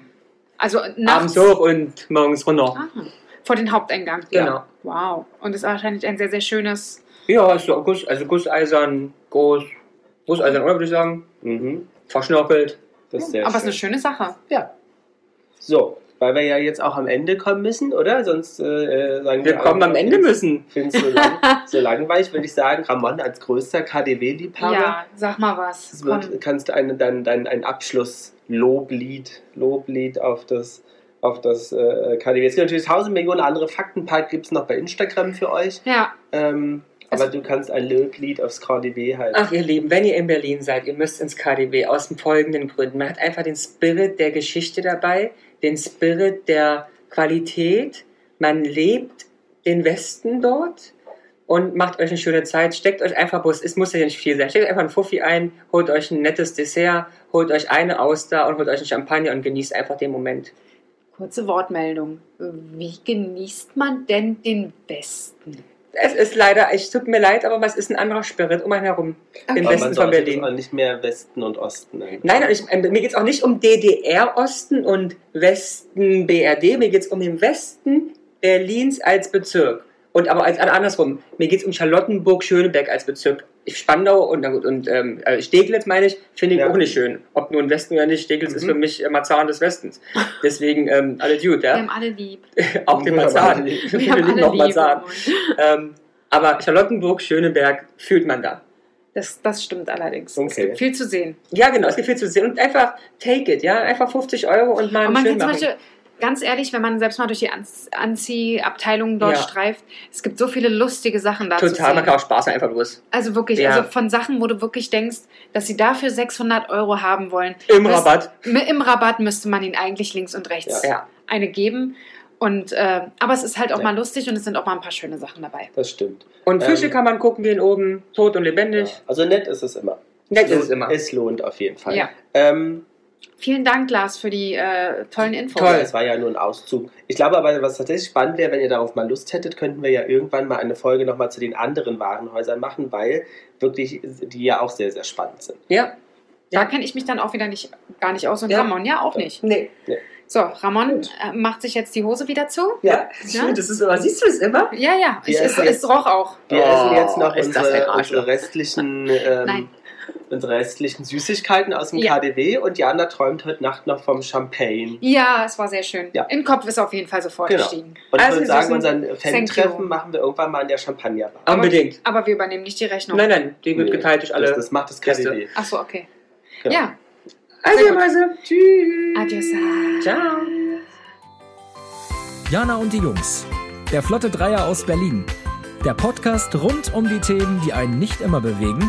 Speaker 2: Also nachts.
Speaker 1: Abends hoch und morgens runter.
Speaker 2: Ah, vor den Haupteingang.
Speaker 1: Genau.
Speaker 2: Wow. Und das ist wahrscheinlich ein sehr, sehr schönes.
Speaker 1: Ja, ist so Guss, also Gusseisern, groß. Gusseisern, oder würde ich sagen?
Speaker 3: Mhm.
Speaker 1: Verschnörkelt.
Speaker 3: Das ist sehr
Speaker 2: aber es ist
Speaker 3: schön.
Speaker 2: eine schöne Sache.
Speaker 3: Ja. So, weil wir ja jetzt auch am Ende kommen müssen, oder? Sonst äh, sagen
Speaker 1: Wir kommen am Ende müssen.
Speaker 3: Find's so, lang, so langweilig, würde ich sagen, Ramon als größter KDW-Liebhaber.
Speaker 2: Ja, sag mal was.
Speaker 3: Es
Speaker 2: Komm.
Speaker 3: wird, kannst du einen, dein, dein, ein Abschluss-Loblied Loblied auf das, auf das äh, KDW. Es gibt natürlich tausend Millionen andere Faktenpark, gibt es noch bei Instagram für euch.
Speaker 2: Ja,
Speaker 3: Ähm, aber du kannst ein Loblied aufs KDW halten.
Speaker 1: Ach, ihr Lieben, wenn ihr in Berlin seid, ihr müsst ins KDW aus den folgenden Gründen. Man hat einfach den Spirit der Geschichte dabei, den Spirit der Qualität. Man lebt den Westen dort und macht euch eine schöne Zeit. Steckt euch einfach, bloß, es muss ja nicht viel sein, steckt einfach einen Fuffi ein, holt euch ein nettes Dessert, holt euch eine Auster und holt euch einen Champagner und genießt einfach den Moment.
Speaker 2: kurze Wortmeldung. Wie genießt man denn den Westen?
Speaker 1: Es ist leider, es tut mir leid, aber es ist ein anderer Spirit um einen herum. Im
Speaker 3: aber
Speaker 1: Westen
Speaker 3: man
Speaker 1: von
Speaker 3: sollte
Speaker 1: Berlin.
Speaker 3: das auch nicht mehr Westen und Osten nennen.
Speaker 1: Nein, und ich, äh, mir geht es auch nicht um DDR-Osten und Westen BRD, mir geht es um den Westen Berlins als Bezirk. Und aber als, also andersrum, mir geht es um Charlottenburg-Schöneberg als Bezirk. Ich- Spandau und, na gut, und ähm, äh, Steglitz, meine ich, finde ich
Speaker 3: Ja.
Speaker 1: auch nicht schön. Ob nur im Westen oder nicht, Steglitz ist
Speaker 3: Mhm.
Speaker 1: für mich äh, Marzahn des Westens. Deswegen ähm, alle Dude,
Speaker 2: Wir
Speaker 1: ja?
Speaker 2: haben alle lieb.
Speaker 1: auch den *laughs* Marzahn.
Speaker 3: Wir
Speaker 1: *laughs* Wir
Speaker 2: Wir haben
Speaker 1: lieben
Speaker 2: alle
Speaker 1: auch
Speaker 2: lieb.
Speaker 1: Marzahn.
Speaker 2: Ramon.
Speaker 1: Ähm, aber Charlottenburg-Schöneberg fühlt man da.
Speaker 2: Das, das stimmt allerdings. Es
Speaker 3: Okay.
Speaker 2: gibt viel zu sehen.
Speaker 1: Ja, genau, es gibt viel zu sehen. Und einfach take it, ja? Einfach 50 Euro und mal
Speaker 2: Und man
Speaker 1: schön
Speaker 2: kann zum
Speaker 1: machen.
Speaker 2: Beispiel, ganz ehrlich, wenn man selbst mal durch die Anz- Anziehabteilung dort
Speaker 1: Ja.
Speaker 2: streift, es gibt so viele lustige Sachen da zu
Speaker 1: Total,
Speaker 2: sehen.
Speaker 1: man kann auch Spaß haben, einfach los.
Speaker 2: Also wirklich,
Speaker 1: Ja.
Speaker 2: also von Sachen, wo du wirklich denkst, dass sie dafür 600 Euro haben wollen.
Speaker 1: Im
Speaker 2: Das-
Speaker 1: Rabatt.
Speaker 2: M- Im Rabatt müsste man ihnen eigentlich links und rechts
Speaker 1: Ja.
Speaker 2: eine geben. Und, äh, aber es ist halt auch
Speaker 3: Ja.
Speaker 2: mal lustig und es sind auch mal ein paar schöne Sachen dabei.
Speaker 3: Das stimmt.
Speaker 1: Und Fische
Speaker 3: Ähm,
Speaker 1: kann man gucken gehen oben, tot und
Speaker 3: Ja.
Speaker 1: lebendig.
Speaker 3: Also nett ist es immer.
Speaker 1: Nett ist es immer.
Speaker 3: Es lohnt auf jeden Fall.
Speaker 2: Ja.
Speaker 3: Ähm,
Speaker 2: Vielen Dank, Lars, für die äh, tollen Infos.
Speaker 1: Toll.
Speaker 3: Es war ja nur ein Auszug. Ich glaube aber, was tatsächlich spannend wäre, wenn ihr darauf mal Lust hättet, könnten wir ja irgendwann mal eine Folge nochmal zu den anderen Warenhäusern machen, weil wirklich die ja auch sehr, sehr spannend sind.
Speaker 1: ja.
Speaker 2: Da
Speaker 1: Ja.
Speaker 2: kenne ich mich dann auch wieder nicht, gar nicht aus und
Speaker 1: Ja.
Speaker 2: Ramon ja auch nicht.
Speaker 1: Nee.
Speaker 2: So, Ramon äh, macht sich jetzt die Hose wieder zu.
Speaker 1: Ja.
Speaker 2: Ja.
Speaker 1: Das ist immer, siehst du es immer?
Speaker 2: Ja, ja, ich,
Speaker 3: Ja,
Speaker 2: es,
Speaker 3: ja.
Speaker 2: es roch auch.
Speaker 3: Wir
Speaker 1: Oh,
Speaker 3: essen jetzt noch
Speaker 1: ist das ein
Speaker 3: unsere,
Speaker 1: Arschloch.
Speaker 3: unsere, restlichen,
Speaker 2: Nein.
Speaker 3: ähm, unsere restlichen Süßigkeiten aus dem
Speaker 2: Ja.
Speaker 3: KDW und Jana träumt heute Nacht noch vom Champagne.
Speaker 2: Ja, es war sehr schön.
Speaker 3: Ja.
Speaker 2: Im Kopf ist auf jeden Fall sofort
Speaker 3: Genau.
Speaker 2: gestiegen.
Speaker 3: Und
Speaker 1: Also,
Speaker 3: ich würde
Speaker 1: wir
Speaker 3: sagen,
Speaker 1: sind-
Speaker 3: unseren
Speaker 2: Thank you.
Speaker 3: Fan-Treffen machen wir irgendwann mal in der Champagnerbar.
Speaker 1: Unbedingt.
Speaker 2: Aber wir übernehmen nicht die Rechnung.
Speaker 1: Nein, nein, die wird geteilt durch alle.
Speaker 3: Das, das macht das
Speaker 1: Gäste.
Speaker 3: KDW.
Speaker 2: Achso, okay.
Speaker 3: Genau.
Speaker 2: Ja,
Speaker 1: also,
Speaker 2: sehr
Speaker 1: ihr
Speaker 2: gut.
Speaker 1: Mäuse. Tschüss.
Speaker 2: adios.
Speaker 1: Ciao.
Speaker 4: Jana und die Jungs. Der Flotte Dreier aus Berlin. Der Podcast rund um die Themen, die einen nicht immer bewegen,